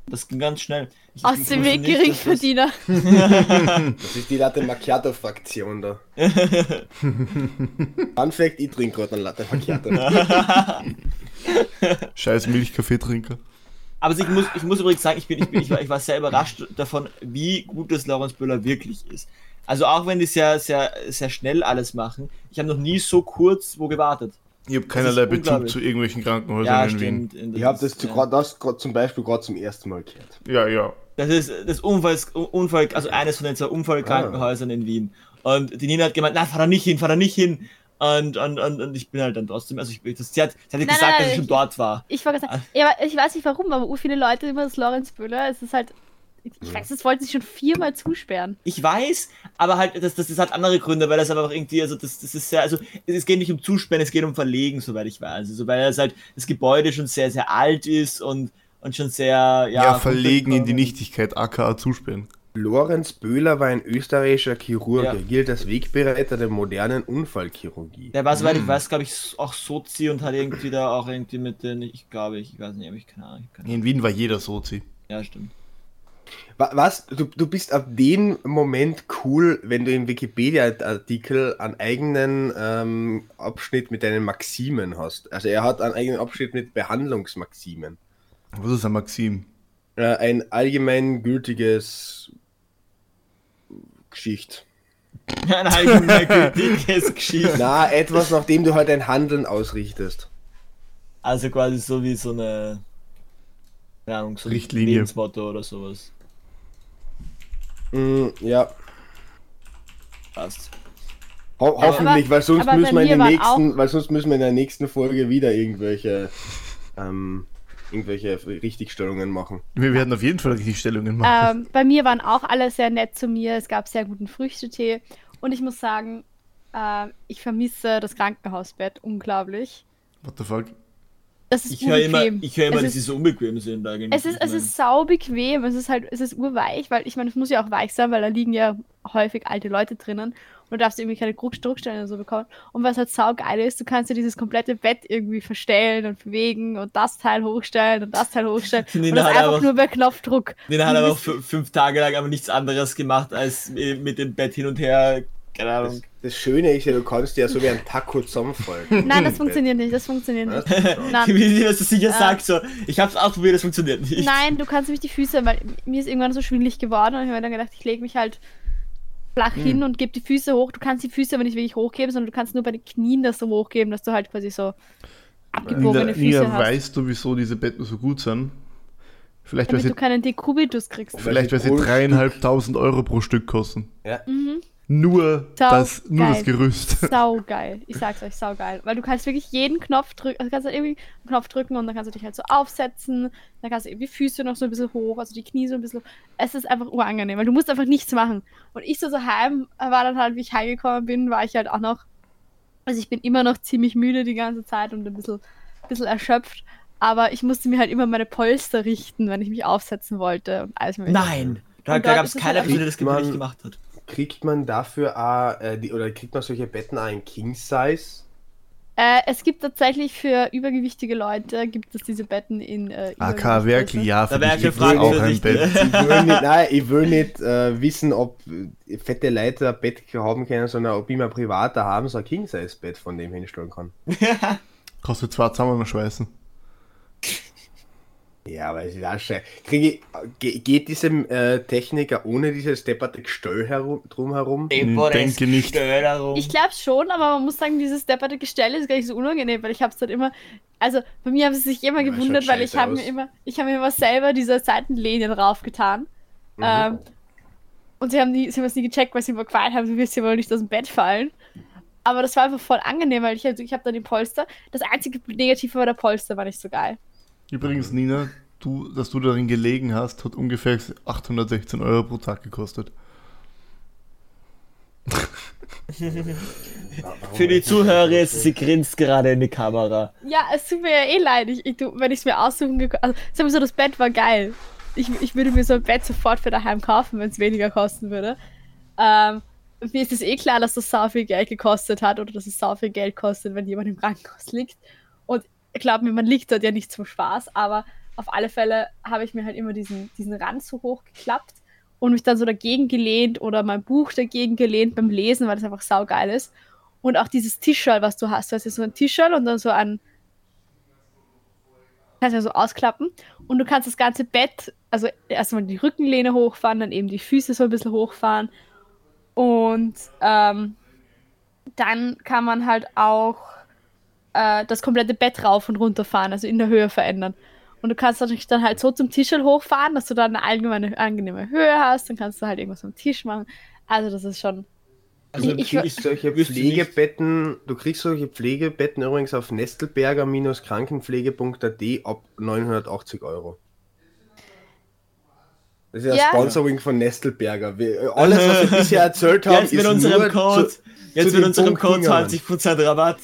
Speaker 4: Das ging ganz schnell. Ich,
Speaker 6: Aus
Speaker 4: ich
Speaker 6: dem
Speaker 4: wusste
Speaker 6: Weg
Speaker 4: nicht, dass
Speaker 6: Geringverdiener.
Speaker 2: Das ist die Latte Macchiato-Fraktion da. Fun Fact, ich trinke gerade einen Latte Macchiato.
Speaker 1: Scheiß Milchkaffeetrinker.
Speaker 4: Das, aber ich muss, ich muss übrigens sagen, ich bin, ich bin, ich war, ich war sehr überrascht davon, wie gut das Laurens Böhler wirklich ist. Also auch wenn die sehr, sehr, sehr schnell alles machen, ich habe noch nie so kurz wo gewartet.
Speaker 1: Ich habe keinerlei
Speaker 4: ist
Speaker 1: Bezug
Speaker 4: unglaublich.
Speaker 1: zu irgendwelchen Krankenhäusern
Speaker 4: Ja,
Speaker 1: in
Speaker 4: stimmt.
Speaker 2: Ich habe das,
Speaker 4: ist,
Speaker 2: zu
Speaker 4: ja.
Speaker 2: grad- das grad zum Beispiel gerade zum ersten Mal gehört.
Speaker 1: Wien. Ja, ja.
Speaker 4: Das ist das Unfall, Unfall also eines von den zwei Unfallkrankenhäusern in Wien. Und die Nina hat gemeint, na, fahr da nicht hin, fahr da nicht hin. Und, und, und, und ich bin halt dann trotzdem, also ich, bin- das, sie hat, sie hat
Speaker 6: Nein,
Speaker 4: gesagt,
Speaker 6: nein,
Speaker 4: dass
Speaker 6: nein,
Speaker 4: ich schon
Speaker 6: ich-
Speaker 4: dort war.
Speaker 6: Ich war
Speaker 1: Ah.
Speaker 6: gesagt, ja, aber ich weiß nicht warum, aber ur viele Leute immer das Lorenz Böhler. Es ist halt. Ich weiß, das wollten sie schon viermal zusperren.
Speaker 4: Ich weiß, aber halt, das, das, das hat andere Gründe, weil das aber auch irgendwie, also das, das ist sehr, also es, es geht nicht um Zusperren, es geht um Verlegen, soweit ich weiß. Also weil das halt das Gebäude schon sehr, sehr alt ist und, und schon sehr, ja.
Speaker 1: Ja, verlegen in die Nichtigkeit, aka zusperren.
Speaker 2: Lorenz Böhler war ein österreichischer Chirurg.
Speaker 4: Ja.
Speaker 2: Er gilt als Wegbereiter der modernen Unfallchirurgie.
Speaker 4: Der war, soweit
Speaker 1: Mm.
Speaker 4: ich weiß, glaube ich, auch Sozi und hat irgendwie da auch irgendwie mit den, ich glaube, ich, ich weiß nicht, aber ich keine Ahnung. Ich kann,
Speaker 1: In Wien war jeder Sozi.
Speaker 4: ja, stimmt.
Speaker 2: Wa- Was? Du, du bist ab dem Moment cool, wenn du im Wikipedia-Artikel einen eigenen ähm, Abschnitt mit deinen Maximen hast. Also er hat einen eigenen Abschnitt mit Behandlungsmaximen.
Speaker 1: Was ist ein Maxim?
Speaker 2: Äh, ein allgemeingültiges Geschicht.
Speaker 4: Ein allgemeingültiges Geschichte.
Speaker 2: Na, etwas, nach dem du halt dein Handeln ausrichtest.
Speaker 4: Also quasi so wie so eine. Keine Ahnung, so ein
Speaker 1: Richtlinie.
Speaker 4: Lebensmotto oder sowas.
Speaker 2: Mm, ja.
Speaker 4: Passt.
Speaker 2: Ho hoffentlich, weil sonst
Speaker 6: aber
Speaker 2: müssen
Speaker 6: bei
Speaker 2: wir in den
Speaker 6: mir waren
Speaker 2: nächsten, weil sonst müssen wir in der nächsten Folge wieder irgendwelche ähm, irgendwelche Richtigstellungen machen.
Speaker 1: Wir werden auf jeden Fall richtig Stellungen machen.
Speaker 6: Ähm, bei mir waren auch alle sehr nett zu mir. Es gab sehr guten Früchtetee. Und ich muss sagen, ähm, ich vermisse das Krankenhausbett unglaublich.
Speaker 1: What the fuck?
Speaker 6: Das ist
Speaker 4: Ich höre immer,
Speaker 6: unbequem.
Speaker 4: ich höre immer,
Speaker 6: es
Speaker 4: dass sie
Speaker 6: ist,
Speaker 4: so unbequem sind eigentlich.
Speaker 6: es ist, es ist sau bequem. Es ist halt, es ist urweich, weil ich meine, es muss ja auch weich sein, weil da liegen ja häufig alte Leute drinnen. Und du darfst irgendwie keine Druck- Druckstellen oder so bekommen. Und was halt saugeil ist, du kannst dir dieses komplette Bett irgendwie verstellen und bewegen und das Teil hochstellen und das Teil hochstellen.
Speaker 4: Nina
Speaker 6: und das
Speaker 4: hat
Speaker 6: einfach
Speaker 4: einfach-
Speaker 6: nur per Knopfdruck.
Speaker 4: Den hat aber auch fü- fünf Tage lang aber nichts anderes gemacht, als äh, mit dem Bett hin und her. Keine
Speaker 2: Das,
Speaker 4: Ahnung.
Speaker 2: das Schöne ist ja, du kannst ja so wie ein Taco zusammenfalten.
Speaker 6: Nein, das funktioniert nicht. Das funktioniert nicht. Nein.
Speaker 4: Wie sie das so sicher
Speaker 6: Äh.
Speaker 4: sagt, so, ich hab's ausprobiert, das funktioniert nicht.
Speaker 6: Nein, du kannst nämlich die Füße, weil mir ist irgendwann so schwindelig geworden und ich habe mir dann gedacht, ich lege mich halt flach hin und gebe die Füße hoch. Du kannst die Füße aber nicht wirklich hochgeben, sondern du kannst nur bei den Knien das so hochgeben, dass du halt quasi so
Speaker 1: Nina,
Speaker 6: abgebogene Füße
Speaker 1: Nina
Speaker 6: hast.
Speaker 1: weißt du, wieso diese Betten so gut sind? Vielleicht, weil
Speaker 6: Damit
Speaker 1: sie,
Speaker 6: du keinen Dekubitus kriegst.
Speaker 1: vielleicht, weil sie
Speaker 2: Gold-
Speaker 1: dreieinhalbtausend Euro pro Stück kosten.
Speaker 6: Mhm.
Speaker 1: Nur,
Speaker 6: Sau
Speaker 1: das, nur das
Speaker 6: geil.
Speaker 1: Gerüst.
Speaker 6: Saugeil. Ich sag's euch, saugeil. Weil du kannst wirklich jeden Knopf drücken, also kannst halt irgendwie einen Knopf drücken und dann kannst du dich halt so aufsetzen, dann kannst du eben die Füße noch so ein bisschen hoch, also die Knie so ein bisschen hoch. Es ist einfach urangenehm, weil du musst einfach nichts machen. Und ich so so heim war dann halt, wie ich heimgekommen bin, war ich halt auch noch, also ich bin immer noch ziemlich müde die ganze Zeit und ein bisschen, bisschen erschöpft. Aber ich musste mir halt immer meine Polster richten, wenn ich mich aufsetzen wollte und alles mögliche.
Speaker 4: Nein. Da,
Speaker 6: Und
Speaker 4: da
Speaker 6: dort
Speaker 4: gab
Speaker 6: ist
Speaker 4: es
Speaker 6: es
Speaker 4: keine
Speaker 6: halt
Speaker 4: Person, die das
Speaker 2: Man-
Speaker 4: nicht gemacht hat.
Speaker 2: Kriegt man dafür auch, äh, die, oder kriegt man solche Betten auch in King Size?
Speaker 6: Äh, es gibt tatsächlich für übergewichtige Leute, gibt es diese Betten in äh,
Speaker 1: AK Werkel, ja,
Speaker 4: Da
Speaker 1: für
Speaker 4: wäre
Speaker 1: dich
Speaker 4: keine
Speaker 1: gibt's
Speaker 4: Frage
Speaker 1: auch
Speaker 4: für
Speaker 1: ein
Speaker 4: dich.
Speaker 1: Bett.
Speaker 2: Ich will nicht, nein, ich will nicht äh, wissen, ob äh, fette Leute ein Bett haben können, sondern ob ich mir privat da haben so ein King Size Bett von dem hinstellen kann.
Speaker 1: Kostet zwar zusammen noch schweißen.
Speaker 2: Ja, weil sie da scheiße. Kriege ich, ge- geht diesem äh, Techniker ohne dieses depperte Gestell herum, drumherum?
Speaker 1: denke nicht.
Speaker 6: Ich glaube schon, aber man muss sagen, dieses depperte Gestell ist gar nicht so unangenehm, weil ich habe es dann immer, also bei mir haben sie sich immer
Speaker 2: Ja,
Speaker 6: gewundert,
Speaker 2: schaut
Speaker 6: weil ich
Speaker 2: scheiße
Speaker 6: habe
Speaker 2: aus.
Speaker 6: mir immer, ich habe mir immer selber diese Seitenlinien raufgetan.
Speaker 2: Mhm.
Speaker 6: Ähm, und sie haben nie- sie haben es nie gecheckt, weil sie immer gefallen haben, du wirst ja wohl nicht aus dem Bett fallen. Aber das war einfach voll angenehm, weil ich, also ich habe dann den Polster. Das einzige Negative war der Polster, war nicht so geil.
Speaker 1: Übrigens, Nina, du, dass du darin gelegen hast, hat ungefähr 816 Euro pro Tag gekostet.
Speaker 4: Für die Zuhörer, ist, sie grinst gerade in die Kamera.
Speaker 6: Ja, es tut mir ja eh leid. Ich, ich, du, wenn ich es mir aussuchen gekonnt also, sagen wir so, das Bett war geil. Ich, ich würde mir so ein Bett sofort für daheim kaufen, wenn es weniger kosten würde. Ähm, mir ist es eh klar, dass das sau viel Geld gekostet hat oder dass es sau viel Geld kostet, wenn jemand im Krankenhaus liegt. Und glaub mir, man liegt dort ja nicht zum Spaß, aber auf alle Fälle habe ich mir halt immer diesen, diesen Rand so hoch geklappt und mich dann so dagegen gelehnt oder mein Buch dagegen gelehnt beim Lesen, weil das einfach saugeil ist. Und auch dieses T-Shirt, was du hast. Du hast ja so ein T-Shirt und dann so ein. Kannst ja so ausklappen. Und du kannst das ganze Bett, also erstmal die Rückenlehne hochfahren, dann eben die Füße so ein bisschen hochfahren. Und ähm, dann kann man halt auch äh, das komplette Bett rauf und runter fahren, also in der Höhe verändern. Und du kannst natürlich dann halt so zum T-Shirt hochfahren, dass du dann eine allgemeine, angenehme Höhe hast. Dann kannst du halt irgendwas am Tisch machen. Also, das ist schon.
Speaker 4: Also
Speaker 6: Ich- ich-
Speaker 2: Du kriegst solche
Speaker 4: wüsste nicht-
Speaker 2: Pflegebetten, du kriegst solche Pflegebetten übrigens auf nestelberger-krankenpflege.at ab 980 Euro. Das ist ja,
Speaker 6: Ja.
Speaker 2: Sponsoring von Nestelberger. Wir, alles, was wir bisher erzählt haben,
Speaker 4: Jetzt
Speaker 2: ist
Speaker 4: mit unserem
Speaker 2: nur
Speaker 4: Code,
Speaker 2: zu,
Speaker 4: jetzt mit
Speaker 2: zu den
Speaker 4: unserem Code
Speaker 2: Punktjüngern.
Speaker 4: 20% Rabatt.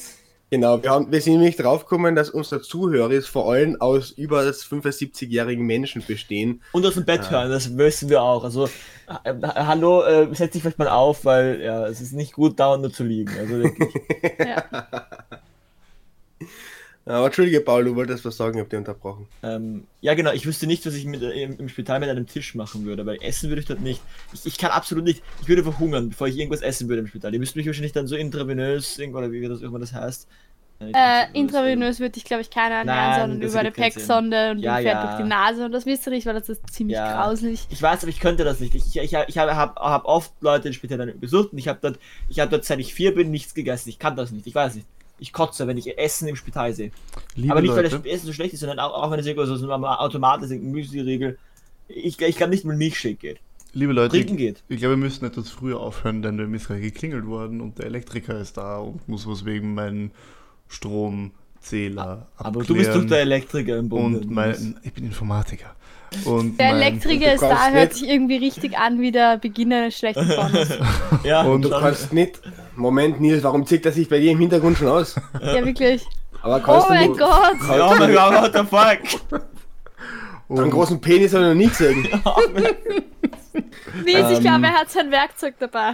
Speaker 2: Genau, wir, haben, wir sind nämlich draufgekommen, dass unsere Zuhörer vor allem aus über 75-jährigen Menschen bestehen.
Speaker 4: Und aus dem
Speaker 2: Ah.
Speaker 4: Bett hören, das wissen wir auch. Also, ha- ha- hallo, äh, setz dich vielleicht mal auf, weil ja, es ist nicht gut, dauernd nur zu liegen. Also wirklich.
Speaker 2: Aber entschuldige, Paul, du wolltest was sagen, ich hab dich unterbrochen.
Speaker 4: Ähm, ja, genau, ich wüsste nicht, was ich mit, äh, im, im Spital mit einem Tisch machen würde, weil essen würde ich dort nicht. Ich, ich kann absolut nicht. Ich würde verhungern, bevor ich irgendwas essen würde im Spital. Die müssten mich wahrscheinlich dann so intravenös, irgendwo, oder wie das immer das heißt. Äh,
Speaker 6: Äh,
Speaker 4: intravenös-
Speaker 6: intravenös würde ich, glaube ich, keiner ernähren,
Speaker 4: Nein,
Speaker 6: sondern
Speaker 4: das
Speaker 6: über eine
Speaker 4: ergibt keinen Sinn.
Speaker 6: Pecksonde und
Speaker 4: Ja,
Speaker 6: dann fährt
Speaker 4: ja.
Speaker 6: durch die Nase und das wisst ihr nicht, weil das ist ziemlich
Speaker 4: Ja.
Speaker 6: grauslich.
Speaker 4: Ich weiß, aber ich könnte das nicht. Ich, ich, ich habe hab, hab oft Leute im Spital dann besucht und ich habe dort, ich habe dort, seit ich vier bin, nichts gegessen. Ich kann das nicht. Ich weiß nicht. Ich kotze, wenn ich Essen im Spital sehe.
Speaker 1: Liebe
Speaker 4: aber nicht, weil
Speaker 1: Leute,
Speaker 4: das Essen so schlecht ist, sondern auch, auch wenn es irgendwo so so ein Automat ist, irgendein Müsli-Riegel. Ich, ich kann nicht mal Milchshake geht.
Speaker 1: liebe Leute,
Speaker 4: Trinken
Speaker 1: ich,
Speaker 4: geht.
Speaker 1: ich glaube, wir müssen etwas früher aufhören, denn wir sind gerade geklingelt worden und der Elektriker ist da und muss was wegen meinem Stromzähler
Speaker 4: Aber du bist doch
Speaker 1: abklären.
Speaker 4: der Elektriker im Bunde.
Speaker 1: und mein, ich bin Informatiker. Und
Speaker 6: Der
Speaker 1: mein,
Speaker 6: Elektriker ist
Speaker 2: kaufst
Speaker 6: da, hört
Speaker 2: nicht-
Speaker 6: sich irgendwie richtig an wie der Beginn eines schlechten Pornos.
Speaker 4: ja,
Speaker 1: und
Speaker 4: und
Speaker 2: Du kannst nicht. Moment, Nils, warum zieht er sich bei dir im Hintergrund schon aus?
Speaker 6: ja, wirklich.
Speaker 2: Aber
Speaker 6: Oh
Speaker 2: kannst du
Speaker 6: mein
Speaker 2: nicht.
Speaker 6: Gott!
Speaker 4: Oh mein Gott, what the fuck?
Speaker 2: Einen
Speaker 1: und
Speaker 2: großen Penis habe ich noch nie gesehen. Ähm,
Speaker 6: Nils, ich glaube, er hat sein Werkzeug dabei.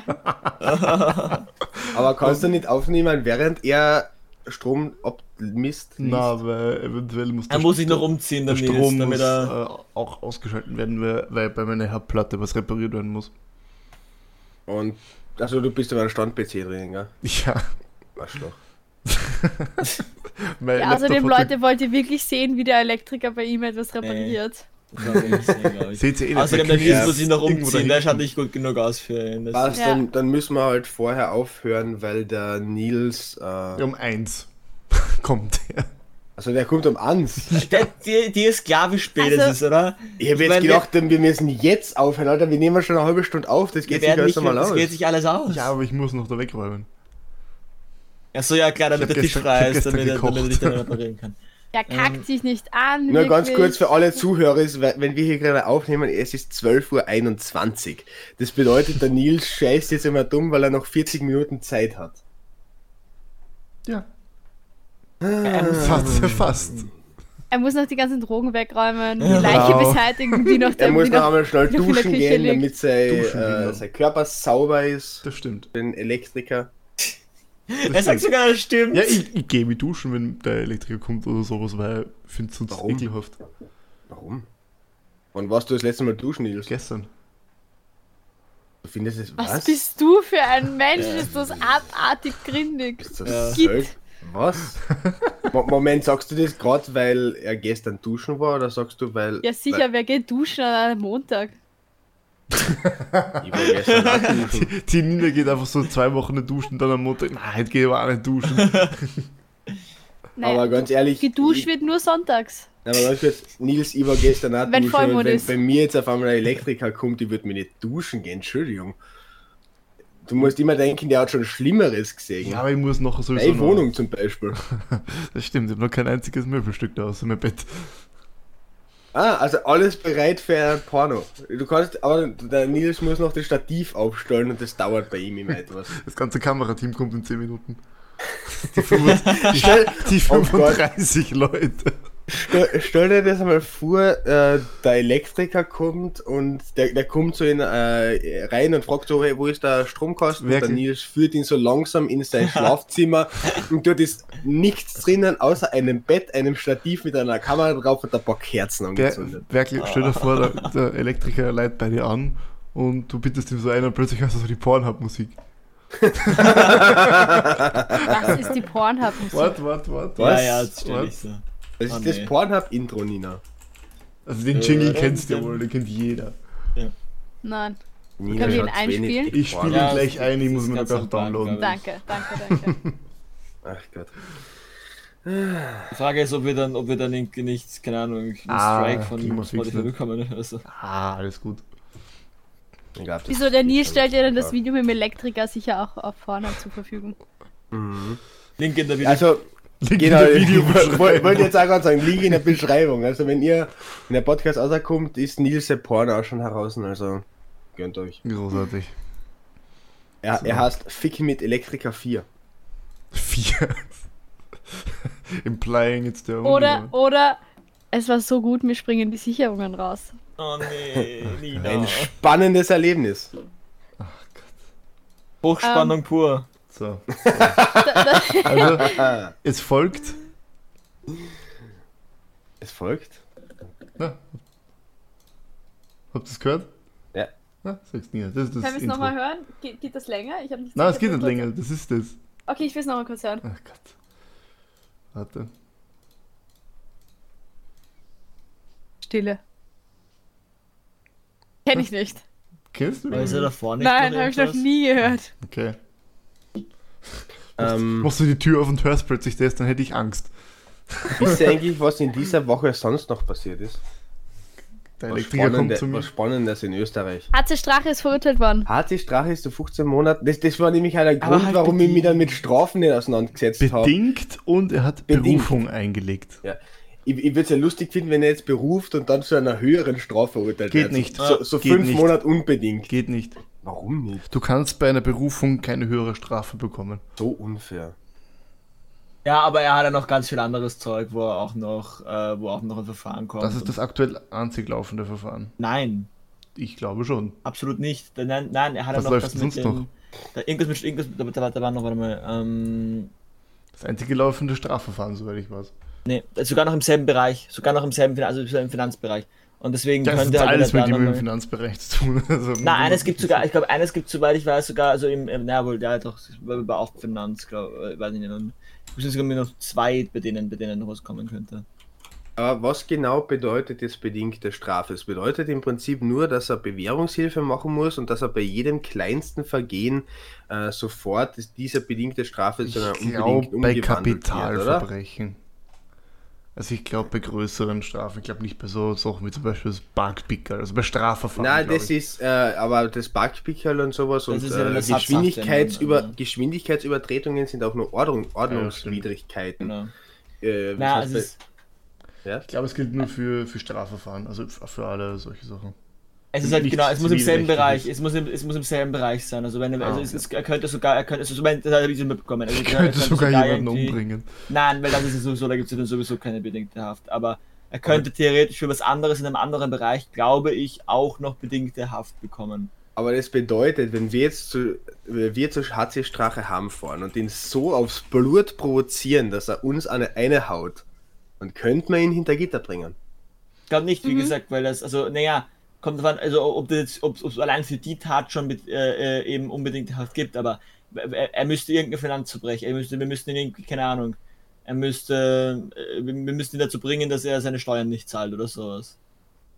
Speaker 2: Aber kannst du nicht aufnehmen, während er Strom abmisst?
Speaker 1: na, weil eventuell muss
Speaker 4: Er muss sich noch umziehen,
Speaker 1: der
Speaker 4: damit,
Speaker 1: Strom muss,
Speaker 4: damit er.
Speaker 1: äh, auch ausgeschalten werden, weil weil bei meiner Herdplatte was repariert werden muss.
Speaker 2: Und also du bist aber ein Stand-PC drin, gell?
Speaker 1: Ja,
Speaker 2: Weißt doch.
Speaker 1: mein
Speaker 6: Ja,
Speaker 1: Laptop
Speaker 6: außerdem,
Speaker 1: hat den-
Speaker 6: Leute, wollt ihr wirklich sehen, wie der Elektriker bei ihm etwas repariert?
Speaker 4: Das war wirklich sehr, glaub ich.
Speaker 1: Seht ihr eh nicht,
Speaker 4: Außerdem,
Speaker 1: der
Speaker 4: der
Speaker 1: Küche
Speaker 4: Nils muss
Speaker 1: ist
Speaker 4: sich noch
Speaker 1: irgendwo
Speaker 4: umziehen. Der
Speaker 1: dahinten.
Speaker 4: schaut nicht gut genug aus für ihn. Das
Speaker 2: Was,
Speaker 6: Ja.
Speaker 2: dann, dann müssen wir halt vorher aufhören, weil der Nils. Äh,
Speaker 1: um eins kommt er.
Speaker 2: Also der kommt um ans.
Speaker 4: Der, die, die ist klar, wie spät
Speaker 6: Also-
Speaker 4: es ist, oder?
Speaker 2: Ich habe
Speaker 4: Ich
Speaker 2: jetzt
Speaker 4: mein,
Speaker 2: gedacht, wir müssen jetzt aufhören, Alter. Wir nehmen schon eine halbe Stunde auf. Das
Speaker 4: wir
Speaker 2: geht sich
Speaker 4: werden
Speaker 2: erst
Speaker 4: nicht,
Speaker 2: einmal
Speaker 4: das
Speaker 2: aus.
Speaker 4: geht sich alles aus.
Speaker 1: Ja, aber ich muss noch da wegräumen.
Speaker 4: Achso, ja klar,
Speaker 1: Ich
Speaker 4: damit
Speaker 1: hab
Speaker 4: der Tisch
Speaker 1: gestern-
Speaker 4: frei
Speaker 1: ich hab
Speaker 4: ist, damit, er-
Speaker 1: gestern
Speaker 4: damit er dich
Speaker 1: gekocht.
Speaker 4: dann reparieren kann.
Speaker 6: Der kackt
Speaker 4: Ähm,
Speaker 6: sich nicht an.
Speaker 2: Nur ganz
Speaker 6: wirklich.
Speaker 2: kurz für alle Zuhörer, ist, weil- wenn wir hier gerade aufnehmen, es ist 12.21 Uhr. Das bedeutet, der Nils scheißt jetzt immer dumm, weil er noch 40 Minuten Zeit hat.
Speaker 1: Ja,
Speaker 4: Ähm,
Speaker 1: fast, fast.
Speaker 6: Er muss noch die ganzen Drogen wegräumen,
Speaker 4: Ja.
Speaker 6: die Leiche
Speaker 1: Wow.
Speaker 6: beseitigen, die noch
Speaker 2: genau. Er muss
Speaker 6: die
Speaker 2: noch einmal schnell
Speaker 6: noch in der
Speaker 2: duschen
Speaker 6: Küche
Speaker 2: gehen,
Speaker 6: liegt.
Speaker 2: damit sein,
Speaker 1: Duschen gehen, ja.
Speaker 2: äh, sein Körper sauber ist.
Speaker 1: Das stimmt.
Speaker 2: Den Elektriker.
Speaker 4: Er sagt sogar, das stimmt.
Speaker 1: Ja, ich, ich gehe mit duschen, wenn der Elektriker kommt oder sowas, weil ich finde es sonst
Speaker 2: Warum?
Speaker 1: ekelhaft.
Speaker 2: Warum? Wann warst du das letzte Mal duschen, Nils?
Speaker 1: Gestern.
Speaker 2: Du findest es
Speaker 6: Was,
Speaker 2: was?
Speaker 6: bist du für ein Mensch? Ist das abartig grindig?
Speaker 2: Ist das
Speaker 4: Ja.
Speaker 2: Zeug? Was? Mo- Moment, sagst du das gerade, weil er gestern duschen war oder sagst du, weil.
Speaker 6: Ja, sicher, wer geht duschen an einem Montag?
Speaker 2: Weil ich war gestern auch duschen.
Speaker 1: Die Nina geht einfach so zwei Wochen nicht duschen, dann am Montag. Nein, heute geht aber auch nicht duschen.
Speaker 6: Nein,
Speaker 2: aber ganz ehrlich.
Speaker 6: geduscht
Speaker 2: ich-
Speaker 6: wird nur sonntags.
Speaker 2: Nein, aber ganz kurz, Nils, ich war gestern auch
Speaker 6: Wenn
Speaker 2: duschen.
Speaker 6: Vollmond
Speaker 2: und wenn
Speaker 6: ist.
Speaker 2: bei mir jetzt auf einmal ein Elektriker kommt, ich würde mich nicht duschen gehen, Entschuldigung. Du musst immer denken, der hat schon Schlimmeres gesehen.
Speaker 1: Ja, aber ich muss noch sowieso.
Speaker 2: Meine
Speaker 1: noch-
Speaker 2: Wohnung zum Beispiel.
Speaker 1: Das stimmt, ich habe noch kein einziges Möbelstück da außer meinem Bett.
Speaker 2: Ah, also alles bereit für ein Porno. Du kannst, aber der Nils muss noch das Stativ aufstellen und das dauert bei ihm immer etwas.
Speaker 1: Das ganze Kamerateam kommt in 10 Minuten. Die, 25,
Speaker 2: Stell,
Speaker 1: die
Speaker 2: Oh Gott.
Speaker 1: 35 Leute.
Speaker 2: stell, stell dir das einmal vor, äh, der Elektriker kommt und der, der kommt so in, äh, rein und fragt so, hey, wo ist der Stromkasten? Und der
Speaker 1: Wirklich?
Speaker 2: Nils führt ihn so langsam in sein Schlafzimmer und dort ist nichts drinnen, außer einem Bett, einem Stativ mit einer Kamera drauf und ein paar Kerzen
Speaker 1: Der,
Speaker 2: angezündet.
Speaker 1: wirklich, stell dir vor, der, der Elektriker leitet bei dir an und du bittest ihm so ein und plötzlich hörst du so die Pornhub-Musik.
Speaker 6: Was ist die Pornhub-Musik?
Speaker 1: Warte, warte, warte.
Speaker 2: Was?
Speaker 4: Ja, ja, das stelle ich so.
Speaker 2: Das ist
Speaker 4: Oh, nee.
Speaker 2: das Pornhub-Intro, Nina.
Speaker 1: Also den Jingle
Speaker 4: Äh,
Speaker 1: kennst du wohl, den kennt jeder.
Speaker 6: Nein.
Speaker 2: Nina
Speaker 6: Können wir ihn
Speaker 2: schaut zu wenig
Speaker 6: einspielen?
Speaker 1: Ich spiele
Speaker 4: Ja,
Speaker 1: ihn
Speaker 4: das-
Speaker 1: gleich ein, ich
Speaker 4: das
Speaker 1: muss
Speaker 4: ist
Speaker 1: mir noch
Speaker 4: ganz
Speaker 1: auch
Speaker 4: normal,
Speaker 1: downloaden.
Speaker 4: glaub
Speaker 6: Danke, danke, danke.
Speaker 2: Ach Gott.
Speaker 4: Die Frage ist, ob wir dann, ob wir dann irgendwie nichts, keine Ahnung, einen
Speaker 1: Ah,
Speaker 4: Strike
Speaker 1: kriegen wir
Speaker 4: von
Speaker 1: fix
Speaker 4: Spotify
Speaker 1: nicht.
Speaker 4: bekommen oder so.
Speaker 1: Ah, alles gut.
Speaker 2: Ich glaub, das
Speaker 6: Wieso, der Nils
Speaker 2: ist-
Speaker 6: stellt ja dann das Video mit dem Elektriker sicher auch auf Pornhub zur Verfügung.
Speaker 2: Mhm.
Speaker 4: Link in der Video.
Speaker 2: Also,
Speaker 1: Link
Speaker 2: genau,
Speaker 1: in der
Speaker 2: ich woll- woll- wollte
Speaker 1: Videobeschreibung.
Speaker 2: jetzt auch gerade sagen, Link in der Beschreibung. Also, wenn ihr, wenn der Podcast rauskommt, ist Nils der Porn auch schon heraus. Also, gönnt euch.
Speaker 1: Großartig.
Speaker 2: Er, er
Speaker 1: So.
Speaker 2: heißt Fick mit Elektriker 4.
Speaker 1: Vier. Implying it's the only
Speaker 6: Oder,
Speaker 1: one.
Speaker 6: oder, es war so gut, mir springen die Sicherungen raus.
Speaker 4: Oh nee, Nina.
Speaker 2: Ein spannendes Erlebnis.
Speaker 6: Ähm,
Speaker 4: Hochspannung pur.
Speaker 1: So. also,
Speaker 2: Ah,
Speaker 1: es folgt.
Speaker 2: Es folgt.
Speaker 1: Na. Habt ihr es gehört?
Speaker 2: Ja.
Speaker 1: Na, sag's nie. Das ist das
Speaker 6: Können wir es
Speaker 1: Intro.
Speaker 6: nochmal hören? Geht, geht das länger? Ich hab nicht
Speaker 1: Nein, es geht nicht länger. Das ist das.
Speaker 6: Okay, ich will es nochmal kurz hören.
Speaker 1: Ach Gott. Warte.
Speaker 6: Stille. Kenn ich nicht.
Speaker 1: Kennst du
Speaker 4: Weil
Speaker 1: das?
Speaker 4: ist ja da vorne
Speaker 6: Nein, habe ich noch
Speaker 4: irgendwas?
Speaker 6: nie gehört.
Speaker 1: Okay.
Speaker 2: Ähm,
Speaker 1: Machst du die Tür auf und hörst plötzlich das, dann hätte ich Angst.
Speaker 2: wisst ihr eigentlich, was in dieser Woche sonst noch passiert ist?
Speaker 1: Der
Speaker 2: Was,
Speaker 1: Elektriker kommt
Speaker 2: Spannende,
Speaker 1: zu mir.
Speaker 2: was Spannendes in Österreich.
Speaker 6: Atze Strache ist verurteilt worden.
Speaker 2: Harte Strache ist zu 15 Monaten. Das, das war nämlich einer
Speaker 4: Aber
Speaker 2: Grund,
Speaker 4: halt
Speaker 2: warum ich mich
Speaker 4: bedingt.
Speaker 2: dann mit Strafen nicht auseinandergesetzt habe.
Speaker 1: Bedingt und er hat
Speaker 2: Bedingt.
Speaker 1: Berufung eingelegt.
Speaker 2: Ja. Ich, ich würde es ja lustig finden, wenn er jetzt beruft und dann zu einer höheren Strafe verurteilt
Speaker 1: Geht
Speaker 2: wird.
Speaker 1: nicht.
Speaker 2: So, so
Speaker 1: Geht
Speaker 2: fünf
Speaker 1: nicht.
Speaker 2: Monate unbedingt.
Speaker 1: Geht nicht.
Speaker 2: Warum nicht?
Speaker 1: Du kannst bei einer Berufung keine höhere Strafe bekommen.
Speaker 2: So unfair.
Speaker 4: Ja, aber er hat ja noch ganz viel anderes Zeug, wo er auch noch, äh, wo auch noch ein Verfahren kommt.
Speaker 1: Das ist das aktuell einzig laufende Verfahren.
Speaker 4: Nein,
Speaker 1: Ich glaube schon.
Speaker 4: absolut nicht. Denn Nein, nein, er hat
Speaker 1: Was
Speaker 4: ja noch
Speaker 1: läuft
Speaker 4: das
Speaker 1: denn
Speaker 4: mit
Speaker 1: sonst
Speaker 4: dem.
Speaker 1: noch?
Speaker 4: Da, irgendwas mit irgendwas, da, da, da war noch, warte mal, ähm,
Speaker 1: Das einzige laufende Strafverfahren, soweit ich weiß.
Speaker 4: nee, also sogar noch im selben Bereich, sogar noch im selben, Fin- also im Finanzbereich. Und deswegen
Speaker 1: Das ist
Speaker 4: könnte halt
Speaker 1: alles
Speaker 4: wieder
Speaker 1: mit dem
Speaker 4: da
Speaker 1: im
Speaker 4: nochmal-
Speaker 1: Finanzbereich zu tun. Also,
Speaker 4: Nein, eines gibt sogar, ich glaube, eines gibt, soweit ich weiß, sogar, also im, im na wohl, ja doch, war- war auch Finanz, glaube ich, weiß ich nicht. Und es müssen sogar noch zwei, bei denen, bei denen rauskommen könnte.
Speaker 2: Aber was genau bedeutet das bedingte Strafe? Es bedeutet im Prinzip nur, dass er Bewährungshilfe machen muss und dass er bei jedem kleinsten Vergehen äh, sofort ist diese bedingte Strafe
Speaker 1: ich
Speaker 2: zu einer
Speaker 1: glaube bei
Speaker 2: umgewandelt wird, oder?
Speaker 1: Kapitalverbrechen. Also ich glaube bei größeren Strafen, ich glaube nicht bei so Sachen wie zum Beispiel das Bankpicker, also bei Strafverfahren.
Speaker 2: Nein,
Speaker 1: glaub
Speaker 2: das
Speaker 1: ich.
Speaker 2: ist äh, aber das Backpickerl und sowas und
Speaker 4: ist ja ne?
Speaker 2: äh,
Speaker 4: eine Satzhaft,
Speaker 2: Geschwindigkeitsüber
Speaker 4: wenn man-
Speaker 2: Geschwindigkeitsübertretungen sind auch nur Ordnung Ordnungswidrigkeiten.
Speaker 4: Genau.
Speaker 2: Äh,
Speaker 4: Na,
Speaker 2: das
Speaker 4: also es,
Speaker 2: heißt, ja?
Speaker 1: Ich glaube, es gilt nur für, für Strafverfahren, also f- für alle solche Sachen.
Speaker 4: Es ist halt
Speaker 1: Nichts
Speaker 4: genau, es muss im selben
Speaker 1: Zivilrechtliches.
Speaker 4: Bereich, es muss im, es muss im selben Bereich sein. Also wenn
Speaker 1: Ah,
Speaker 4: also es, es, er könnte sogar, er könnte, also, wenn, das habe ich so mitbekommen. Also,
Speaker 1: Ich
Speaker 4: er
Speaker 1: könnte sogar jemanden
Speaker 4: irgendwie-
Speaker 1: umbringen.
Speaker 4: Nein, weil das ist ja sowieso, da gibt es ja dann sowieso keine bedingte Haft. Aber er könnte theoretisch für was anderes in einem anderen Bereich, glaube ich, auch noch bedingte Haft bekommen.
Speaker 2: Aber das bedeutet, wenn wir jetzt zu, wenn wir zu HC Strache Hamm fahren und ihn so aufs Blut provozieren, dass er uns eine, eine haut, dann könnte man ihn hinter Gitter bringen.
Speaker 4: Ich glaube nicht,
Speaker 6: Mhm.
Speaker 4: wie gesagt, weil das, also naja, kommt davon, also ob das jetzt, ob es allein für die Tat schon mit, äh, äh, eben unbedingte Haft gibt, aber er, er müsste irgendein Finanzverbrechen, er müsste, wir müssten ihn irgendwie, keine Ahnung, äh, er müsste, äh, wir wir müssten ihn dazu bringen, dass er seine Steuern nicht zahlt oder sowas.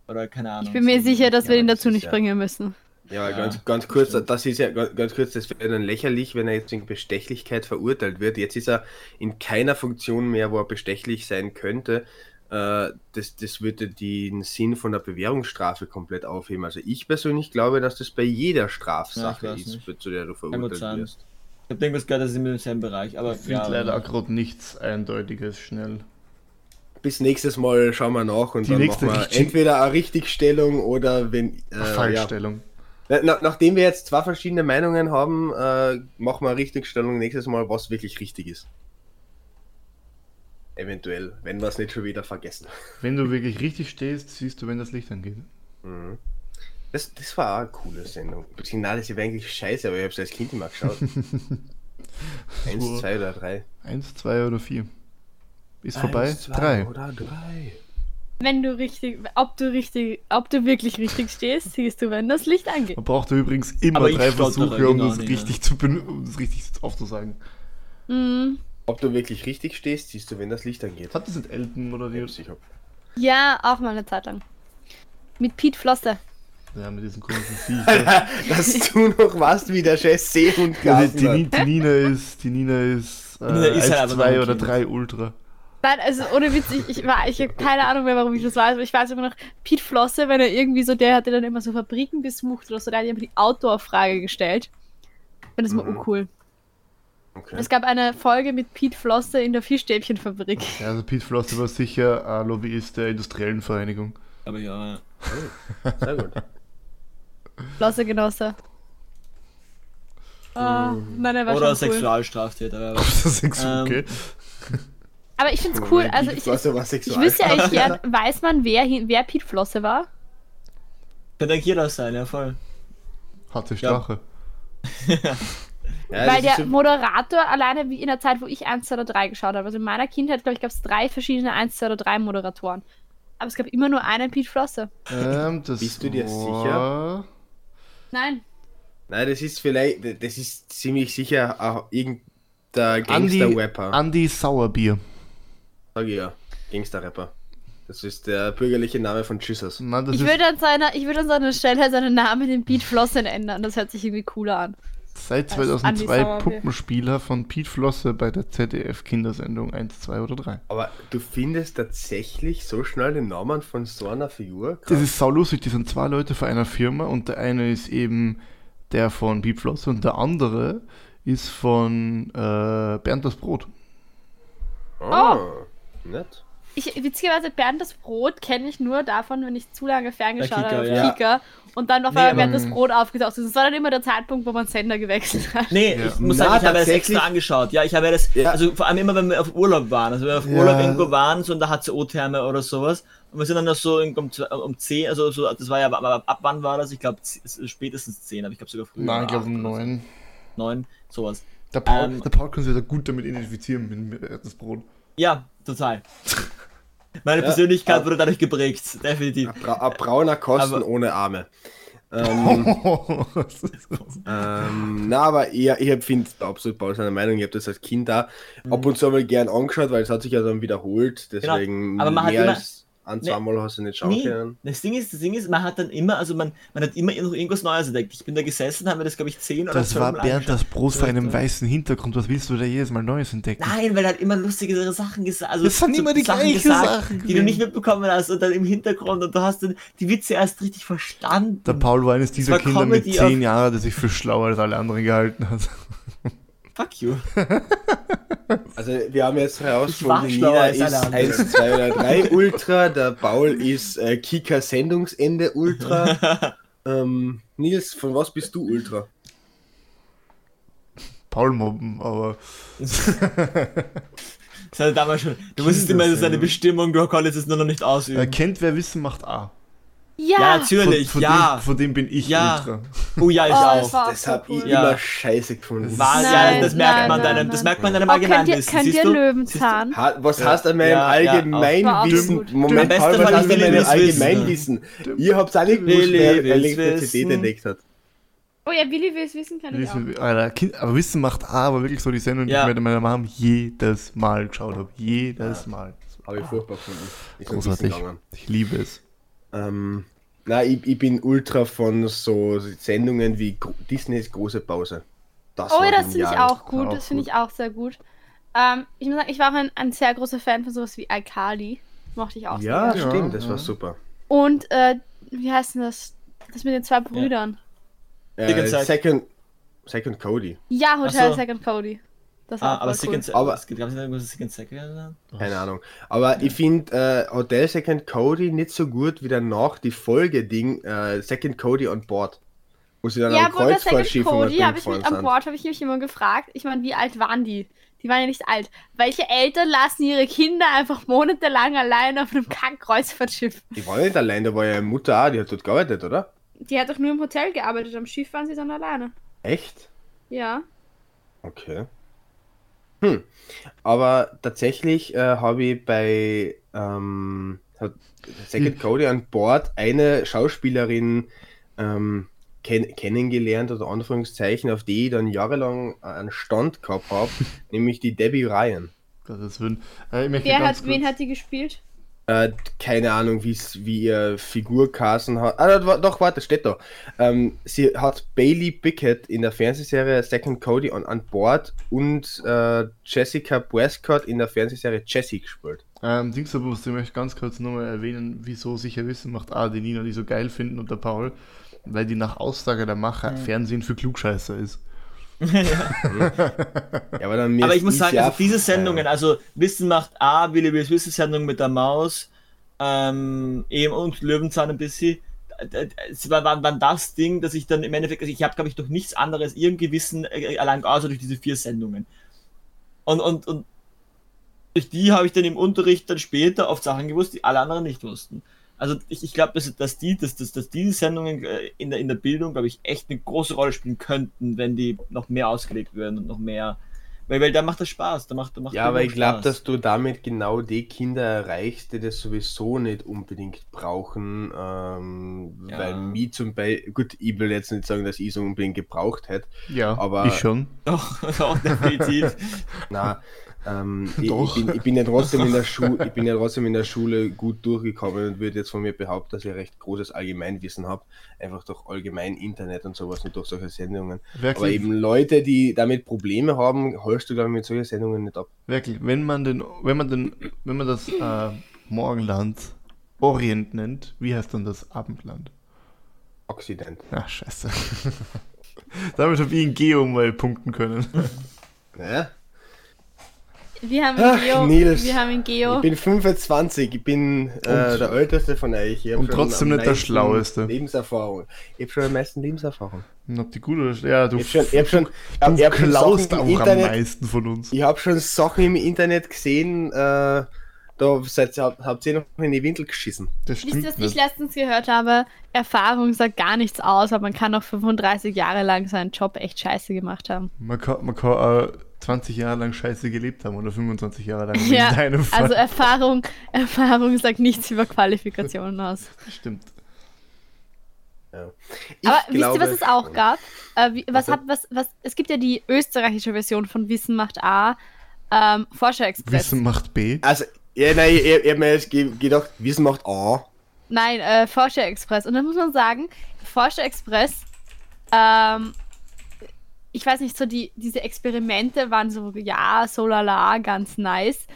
Speaker 4: Oder keine Ahnung.
Speaker 6: Ich bin mir
Speaker 4: so-
Speaker 6: sicher, dass wir
Speaker 2: Ja,
Speaker 6: ihn
Speaker 2: das
Speaker 6: dazu
Speaker 2: ist
Speaker 6: nicht
Speaker 2: ja-
Speaker 6: bringen müssen.
Speaker 2: Ja,
Speaker 4: Ja,
Speaker 2: ganz, ganz kurz,
Speaker 4: stimmt.
Speaker 2: das ist ja ganz, ganz kurz, das wäre dann lächerlich, wenn er jetzt wegen Bestechlichkeit verurteilt wird. Jetzt ist er in keiner Funktion mehr, wo er bestechlich sein könnte. Äh, Das, das würde den Sinn von der Bewährungsstrafe komplett aufheben. Also ich persönlich glaube, dass das bei jeder Strafsache
Speaker 4: Ja, ich weiß
Speaker 2: ist,
Speaker 4: nicht.
Speaker 2: zu der du
Speaker 4: gut
Speaker 2: verurteilt
Speaker 4: sein.
Speaker 2: wirst.
Speaker 4: Ich habe irgendwas gehört, das ist im selben Bereich, aber.
Speaker 1: Ich finde leider gerade nichts Eindeutiges schnell.
Speaker 2: Bis nächstes Mal schauen wir nach und
Speaker 1: Die
Speaker 2: dann
Speaker 1: nächste
Speaker 2: machen wir
Speaker 1: richtig-
Speaker 2: entweder eine Richtigstellung oder wenn... Äh, ja.
Speaker 1: Falschstellung.
Speaker 2: Na, na, nachdem wir jetzt zwei verschiedene Meinungen haben, äh, machen wir eine Richtigstellung nächstes Mal, was wirklich richtig ist. Eventuell, wenn wir es nicht schon wieder vergessen.
Speaker 1: Wenn du wirklich richtig stehst, siehst du, wenn das Licht angeht.
Speaker 2: Mhm. Das, das war auch eine coole Sendung. Beziehungsweise, sie wäre eigentlich scheiße, aber ich habe es als Kind immer geschaut. Eins, zwei oder drei.
Speaker 1: Eins, zwei oder vier. Ist vorbei.
Speaker 2: Eins, zwei
Speaker 1: Drei.
Speaker 2: Oder drei.
Speaker 6: Wenn du richtig, ob du richtig, ob du wirklich richtig stehst, siehst du, wenn das Licht angeht.
Speaker 1: Man braucht ja übrigens immer
Speaker 4: Aber ich
Speaker 1: drei
Speaker 4: stottere,
Speaker 1: Versuche, um
Speaker 4: genau,
Speaker 1: das
Speaker 4: nee,
Speaker 2: ne?
Speaker 1: richtig zu ben- um das richtig aufzusagen.
Speaker 6: Mhm.
Speaker 2: Ob du wirklich richtig stehst, siehst du, wenn das Licht angeht.
Speaker 1: Hat das nicht Elton moderiert?
Speaker 2: Ich hab-
Speaker 6: Ja, auch mal eine Zeit lang. Mit Pete Floster.
Speaker 1: Ja, mit diesem komischen Viech.
Speaker 2: Dass du noch was wie der scheiß Seehund
Speaker 1: Ja,
Speaker 2: gehasen
Speaker 1: Also die, die,
Speaker 2: hat.
Speaker 1: die Nina ist, die Nina ist, äh,
Speaker 4: Nina ist halt
Speaker 1: eins,
Speaker 4: aber
Speaker 1: zwei
Speaker 4: noch ein
Speaker 1: oder
Speaker 4: Kind.
Speaker 1: drei Ultra.
Speaker 6: Nein, also ohne Witz, ich, ich war, ich habe keine Ahnung mehr, warum ich das weiß, aber ich weiß immer noch, Pete Flosse, wenn er irgendwie so, der hatte dann immer so Fabriken besucht oder so, der hat immer die Outdoor-Frage gestellt. Und das war
Speaker 2: Mhm.
Speaker 6: uncool.
Speaker 2: Okay.
Speaker 6: Es gab eine Folge mit Pete Flosse in der Fischstäbchenfabrik.
Speaker 1: Ja, also Pete Floster war sicher ein Lobbyist der industriellen Vereinigung.
Speaker 4: Aber ja,
Speaker 2: Sehr gut.
Speaker 6: Flosse Genosse. Ah,
Speaker 2: Mhm.
Speaker 6: nein, er war
Speaker 4: oder
Speaker 6: schon cool.
Speaker 4: Sexualstraftäter. wer weiß.
Speaker 1: Das ist okay.
Speaker 4: Ähm,
Speaker 6: Aber ich find's cool, also ich, ich,
Speaker 2: Flosse war
Speaker 6: ich wüsste ja
Speaker 2: sexual.
Speaker 6: eigentlich gern, weiß man, wer, hin- wer Pete Flosse war?
Speaker 4: Könnte eigentlich jeder sein, ja voll.
Speaker 1: Harte Strache.
Speaker 2: Ja, das
Speaker 6: Weil
Speaker 2: ist
Speaker 6: der
Speaker 2: so-
Speaker 6: Moderator alleine wie in der Zeit, wo ich 1, 2 oder 3 geschaut habe, also in meiner Kindheit, glaube ich, gab es drei verschiedene 1, 2 oder 3 Moderatoren. Aber es gab immer nur einen Pete Flosse.
Speaker 1: Ähm, das
Speaker 2: Bist du dir
Speaker 1: war...
Speaker 6: Nein.
Speaker 2: Nein, das ist vielleicht, das ist ziemlich sicher auch irgendein
Speaker 1: Andy,
Speaker 2: Gangster-Rapper.
Speaker 1: Andy Sauerbier.
Speaker 2: Sag ich ja. Gangster-Rapper. Das ist der bürgerliche Name von Jesus.
Speaker 1: Mann, das
Speaker 6: Ich
Speaker 1: ist
Speaker 6: würde, an seiner, ich würde an seiner Stelle seinen Namen in Pete Flossen ändern. Das hört sich irgendwie cooler an.
Speaker 1: seit
Speaker 6: als
Speaker 1: 2002
Speaker 6: Andy Sauerbier.
Speaker 1: Puppenspieler von Pete Flosse bei der ZDF-Kindersendung 1, 2 oder 3.
Speaker 2: Aber du findest tatsächlich so schnell den Namen von so einer Figur?
Speaker 1: Das ist saulustig, die sind zwei Leute von einer Firma und der eine ist eben der von Pete Flosse und der andere ist von äh, Bernd das Brot.
Speaker 2: Ah, nett.
Speaker 6: Ich, witzigerweise, Bernd das Brot kenne ich nur davon, wenn ich zu lange
Speaker 4: Bei
Speaker 6: ferngeschaut
Speaker 4: Kika,
Speaker 6: habe auf
Speaker 4: ja.
Speaker 6: Kika. Und dann noch
Speaker 4: Nee,
Speaker 6: einmal
Speaker 4: aber- hm.
Speaker 6: Bernd das Brot aufgetaucht ist. Das war dann immer der Zeitpunkt, wo man Sender gewechselt hat.
Speaker 4: Nee,
Speaker 1: Ja.
Speaker 4: ich muss sagen, ich
Speaker 2: Na,
Speaker 4: habe das
Speaker 2: tatsächlich-
Speaker 4: extra angeschaut. Ja, ich habe das,
Speaker 2: Ja.
Speaker 4: also vor allem immer, wenn wir auf Urlaub waren. Also wenn wir auf
Speaker 1: Ja.
Speaker 4: Urlaub irgendwo waren, so in der HCO-Therme oder sowas. Und wir sind dann noch so irgendwo um, zwei- um 10, also so, das war ja, ab, ab, ab wann war das? Ich glaube spätestens 10, aber ich glaube sogar früher.
Speaker 1: Nein, ich glaube um
Speaker 4: Acht oder so.
Speaker 1: neun.
Speaker 4: Neun, sowas.
Speaker 1: Der Paul,
Speaker 4: Ähm.
Speaker 1: der Paul kann sich da gut damit identifizieren mit Bernd das Brot.
Speaker 4: Ja, total. Meine Persönlichkeit wurde dadurch geprägt, definitiv.
Speaker 2: Ein Bra ein brauner Kosten
Speaker 4: Aber-
Speaker 2: ohne Arme. Ähm, Ähm, na, aber ich, ich finde absolut Paul seiner Meinung, ich habe das als Kind da
Speaker 4: Mhm.
Speaker 2: ab und zu mal gern angeschaut, weil es hat sich ja dann wiederholt, deswegen
Speaker 4: Genau. aber man hat
Speaker 2: mehr
Speaker 4: immer-
Speaker 2: als ein, zwei Mal hast du nicht schauen können.
Speaker 4: das Ding ist, das Ding ist, man hat dann immer, also man, man hat immer noch irgendwas Neues entdeckt. Ich bin da gesessen, haben wir das, glaube ich, 10 oder
Speaker 1: das
Speaker 4: 12
Speaker 1: war
Speaker 4: Mal
Speaker 1: Bernd das Brot vor
Speaker 4: Ja,
Speaker 1: einem
Speaker 4: da-
Speaker 1: weißen Hintergrund. Was willst du da jedes Mal Neues entdecken?
Speaker 4: Nein, weil er hat immer lustigere Sachen gesagt. Also
Speaker 1: Das sind
Speaker 4: so
Speaker 1: immer die gleichen Sachen
Speaker 4: die du
Speaker 1: gewesen.
Speaker 4: nicht mitbekommen hast und dann im Hintergrund und du hast dann die Witze erst richtig verstanden.
Speaker 1: Der Paul war eines dieser
Speaker 4: war
Speaker 1: Kinder mit
Speaker 4: Comedy auf-
Speaker 1: zehn Jahren, der sich für schlauer als alle anderen gehalten hat.
Speaker 4: Fuck you.
Speaker 2: Also wir haben jetzt herausgefunden,
Speaker 4: war schlauer
Speaker 2: Nina
Speaker 4: als
Speaker 2: ist
Speaker 4: alle anderen.
Speaker 2: 1, 2 oder 3 Ultra, der Paul ist äh, Kika Sendungsende Ultra. ähm, Nils, von was bist du Ultra?
Speaker 1: Paul mobben, aber
Speaker 4: Das hatte damals schon. Du wusstest immer, das ist eine
Speaker 1: Kindersendung.
Speaker 4: Bestimmung, du oh konntest es nur noch nicht
Speaker 1: er
Speaker 4: ausüben.
Speaker 1: kennt, wer Wissen macht A.
Speaker 4: Ja,
Speaker 6: Ja,
Speaker 4: natürlich,
Speaker 1: Äh, von, von
Speaker 4: ja.
Speaker 1: Dem, von dem bin ich
Speaker 4: Ja.
Speaker 1: Ultra.
Speaker 4: Oh ja, ich
Speaker 6: Oh, das
Speaker 4: auch.
Speaker 6: war auch
Speaker 2: Das habe
Speaker 6: so cool.
Speaker 2: ich
Speaker 4: Ja.
Speaker 2: immer scheiße gefunden.
Speaker 4: War, ja,
Speaker 6: Nein,
Speaker 4: das merkt
Speaker 6: nein,
Speaker 4: man
Speaker 6: nein,
Speaker 4: deinem, das
Speaker 6: nein.
Speaker 4: merkt man deinem
Speaker 6: Oh, könnt ihr,
Speaker 4: Allgemeinwissen.
Speaker 6: könnt
Speaker 4: siehst
Speaker 6: ihr
Speaker 4: du?
Speaker 6: Löwenzahn?
Speaker 2: Ha, was hast du meinem
Speaker 4: Ja, ja,
Speaker 6: auch.
Speaker 2: Allgemeinwissen?
Speaker 6: War auch gut.
Speaker 2: Moment,
Speaker 4: Am
Speaker 2: Paul,
Speaker 4: besten war
Speaker 2: was hast du
Speaker 4: ich
Speaker 2: meinem
Speaker 4: Willi will's
Speaker 2: Allgemeinwissen? Ihr habt es auch nicht gewusst,
Speaker 4: Willi
Speaker 2: wer
Speaker 4: will's
Speaker 2: Elektrizität
Speaker 4: wissen.
Speaker 2: entdeckt hat.
Speaker 6: Oh ja, Willi will es wissen, kann ich auch.
Speaker 1: Wissen, Alter, kind, aber Wissen macht A, aber wirklich so die Sendung, die
Speaker 4: Ja.
Speaker 1: ich mit meiner Mom jedes Mal geschaut habe. Jedes Mal.
Speaker 2: Habe
Speaker 4: Ah.
Speaker 2: ich furchtbar gefunden. Ist ein bisschen
Speaker 1: Großartig.
Speaker 2: gegangen.
Speaker 1: Ich liebe es.
Speaker 2: Ähm, na, ich, ich bin ultra von so Sendungen wie Gro Disneys große Pause. Das
Speaker 6: Oh,
Speaker 2: war
Speaker 6: ja, das finde ich
Speaker 2: genial.
Speaker 6: auch gut.
Speaker 1: auch
Speaker 6: Das finde
Speaker 1: gut.
Speaker 6: ich auch sehr gut. Ähm, ich muss sagen, ich war auch ein, ein sehr großer Fan von sowas wie Alkali. Mochte ich auch
Speaker 2: Ja,
Speaker 6: sehr.
Speaker 1: Ja,
Speaker 2: stimmt, das
Speaker 1: ja.
Speaker 2: war super.
Speaker 6: Und, äh, wie heißt denn das? Das mit den zwei Brüdern.
Speaker 2: Äh,
Speaker 4: Second Sight.
Speaker 2: Second, Second Cody.
Speaker 6: Ja,
Speaker 4: Ach
Speaker 6: Hotel
Speaker 4: so.
Speaker 6: Second Cody. Das war
Speaker 4: Ah,
Speaker 6: auch
Speaker 4: aber
Speaker 6: voll
Speaker 4: Sick
Speaker 6: cool.
Speaker 4: and
Speaker 2: Aber-
Speaker 4: aber es gibt gab's nicht irgendwas Sick and Second.
Speaker 2: Keine Ahnung. Aber ich finde äh, Hotel Second Cody nicht so gut wie danach die Folge-Ding äh, Second Cody on Board. Wo sie dann
Speaker 6: Ja,
Speaker 2: am
Speaker 6: wo das Second
Speaker 2: Kreuzfahrtschiff
Speaker 6: Cody
Speaker 2: immer
Speaker 6: habe ich mich
Speaker 2: durchgefahren
Speaker 6: an Bord, habe ich mich immer gefragt. Ich meine, wie alt waren die? Die waren ja nicht alt. Welche Eltern lassen ihre Kinder einfach monatelang allein auf einem Kackkreuzfahrtschiff?
Speaker 2: sind. Die war nicht allein, da war ja Mutter auch, die hat dort gearbeitet, oder?
Speaker 6: Die hat doch nur im Hotel gearbeitet, am Schiff waren sie dann alleine.
Speaker 2: Echt?
Speaker 6: Ja.
Speaker 2: Okay. Hm. Aber tatsächlich äh, habe ich bei ähm, hat Second Cody an Bord eine Schauspielerin ähm, ken kennengelernt, oder Anführungszeichen, auf die ich dann jahrelang äh, einen Stand gehabt habe, nämlich die Debbie Ryan.
Speaker 1: Gottes Willen. Äh, ich möchte
Speaker 6: Wer
Speaker 1: ganz
Speaker 6: hat,
Speaker 1: kurz-
Speaker 6: wen hat die gespielt?
Speaker 2: Äh, keine Ahnung, wie's, wie ihr Figur Carson hat. Ah, wa- doch, warte, steht da. Ähm, sie hat Bailey Bickett in der Fernsehserie Second Cody an, an Bord und äh, Jessica Prescott in der Fernsehserie Jessie gespielt.
Speaker 1: Ähm, Dingsabus, ich möchte ganz kurz nochmal erwähnen, wieso sicher Wissen macht A, die Nina, die so geil finden und der Paul, weil die nach Aussage der Macher Fernsehen für Klugscheißer ist.
Speaker 2: Ja, aber, dann
Speaker 4: Aber
Speaker 2: müsst
Speaker 4: ich muss
Speaker 2: ich's
Speaker 4: sagen,
Speaker 2: ja
Speaker 4: also diese
Speaker 2: f-
Speaker 4: Sendungen,
Speaker 2: äh,
Speaker 4: also Wissen macht A, Willy Wills Wissen Sendung mit der Maus, ähm, eben und Löwenzahn ein bisschen. d- d- Es war, war, war das Ding, dass ich dann im Endeffekt, also ich habe, glaube ich, durch nichts anderes irgendwie Wissen äh, allein außer durch diese vier Sendungen. Und, und, und durch die habe ich dann im Unterricht dann später oft Sachen gewusst, die alle anderen nicht wussten. Also ich, ich glaube, dass, dass, die, dass, dass, dass diese Sendungen äh, in der, in der Bildung, glaube ich, echt eine große Rolle spielen könnten, wenn die noch mehr ausgelegt würden und noch mehr. Weil, weil da macht das Spaß. Da macht, da macht
Speaker 2: ja, aber
Speaker 4: Bildung
Speaker 2: ich glaube,
Speaker 4: Spaß.
Speaker 2: dass du damit genau die Kinder erreichst, die das sowieso nicht unbedingt brauchen. Ähm,
Speaker 4: Ja.
Speaker 2: Weil mir zum Beispiel, gut, ich will jetzt nicht sagen, dass ich so unbedingt gebraucht hätte.
Speaker 1: Ja,
Speaker 2: Aber-
Speaker 1: ich schon.
Speaker 4: Doch, doch, definitiv.
Speaker 2: Na, ähm, ich, ich,
Speaker 1: Doch.
Speaker 2: bin, ich bin ja trotzdem in der Schule, ich bin ja trotzdem in der Schule gut durchgekommen und würde jetzt von mir behaupten, dass ich recht großes Allgemeinwissen habe, einfach durch allgemein Internet und sowas und durch solche Sendungen. Aber
Speaker 1: Wirklich,
Speaker 2: eben Leute, die damit Probleme haben, holst du glaube ich mit solchen Sendungen nicht ab.
Speaker 1: wirklich, wenn man den, wenn man den, wenn man das äh, Morgenland Orient nennt, wie heißt dann das Abendland?
Speaker 2: Occident.
Speaker 1: Ach, scheiße. Damit habe ich in Geo mal punkten können.
Speaker 2: Naja,
Speaker 6: Wir haben in
Speaker 2: Ach,
Speaker 6: Geo.
Speaker 2: Nils.
Speaker 6: Wir haben in Geo.
Speaker 2: ich bin 25, ich bin äh,
Speaker 1: Und-
Speaker 2: der Älteste von euch. Ich hab
Speaker 1: und
Speaker 2: schon
Speaker 1: trotzdem
Speaker 2: am
Speaker 1: nicht der
Speaker 2: meisten
Speaker 1: Schlaueste.
Speaker 2: Lebenserfahrung. Ich habe schon am meisten Lebenserfahrung.
Speaker 1: Und ob die gut oder schlecht. Ja, du,
Speaker 2: Ich habe schon, ich hab schon, ich hab,
Speaker 1: du
Speaker 2: ich hab schon
Speaker 1: klaust
Speaker 2: Sachen
Speaker 1: auch
Speaker 2: im Internet
Speaker 1: am meisten von uns.
Speaker 2: Ich habe schon Sachen im Internet gesehen, äh, da seid, ihr- hab, habt ihr noch in die Windel geschissen.
Speaker 1: Das
Speaker 6: Wisst ihr,
Speaker 1: stimmt
Speaker 6: was ich
Speaker 1: nicht.
Speaker 6: letztens gehört habe? Erfahrung sagt gar nichts aus, aber man kann auch 35 Jahre lang seinen Job echt scheiße gemacht haben.
Speaker 1: Man kann, man kann äh, 20 Jahre lang scheiße gelebt haben oder 25 Jahre lang.
Speaker 6: Ja,
Speaker 1: in deinem Fall.
Speaker 6: Also Erfahrung, Erfahrung sagt nichts über Qualifikationen aus.
Speaker 1: Stimmt.
Speaker 2: Ich
Speaker 6: Aber wisst ihr, was es auch
Speaker 2: schon.
Speaker 6: gab? Äh, wie, was
Speaker 2: Warte.
Speaker 6: hat, was, was, es gibt ja die österreichische Version von Wissen macht A, ähm, Forscherexpress.
Speaker 1: Wissen macht B.
Speaker 2: Also, ja, nein, ich, ich hab mir jetzt ge- gedacht, Wissen macht A.
Speaker 6: Nein, äh, Forscherexpress. Und dann muss man sagen, Forscherexpress, ähm, ich weiß nicht, so die, diese Experimente waren so, ja, so lala, ganz nice.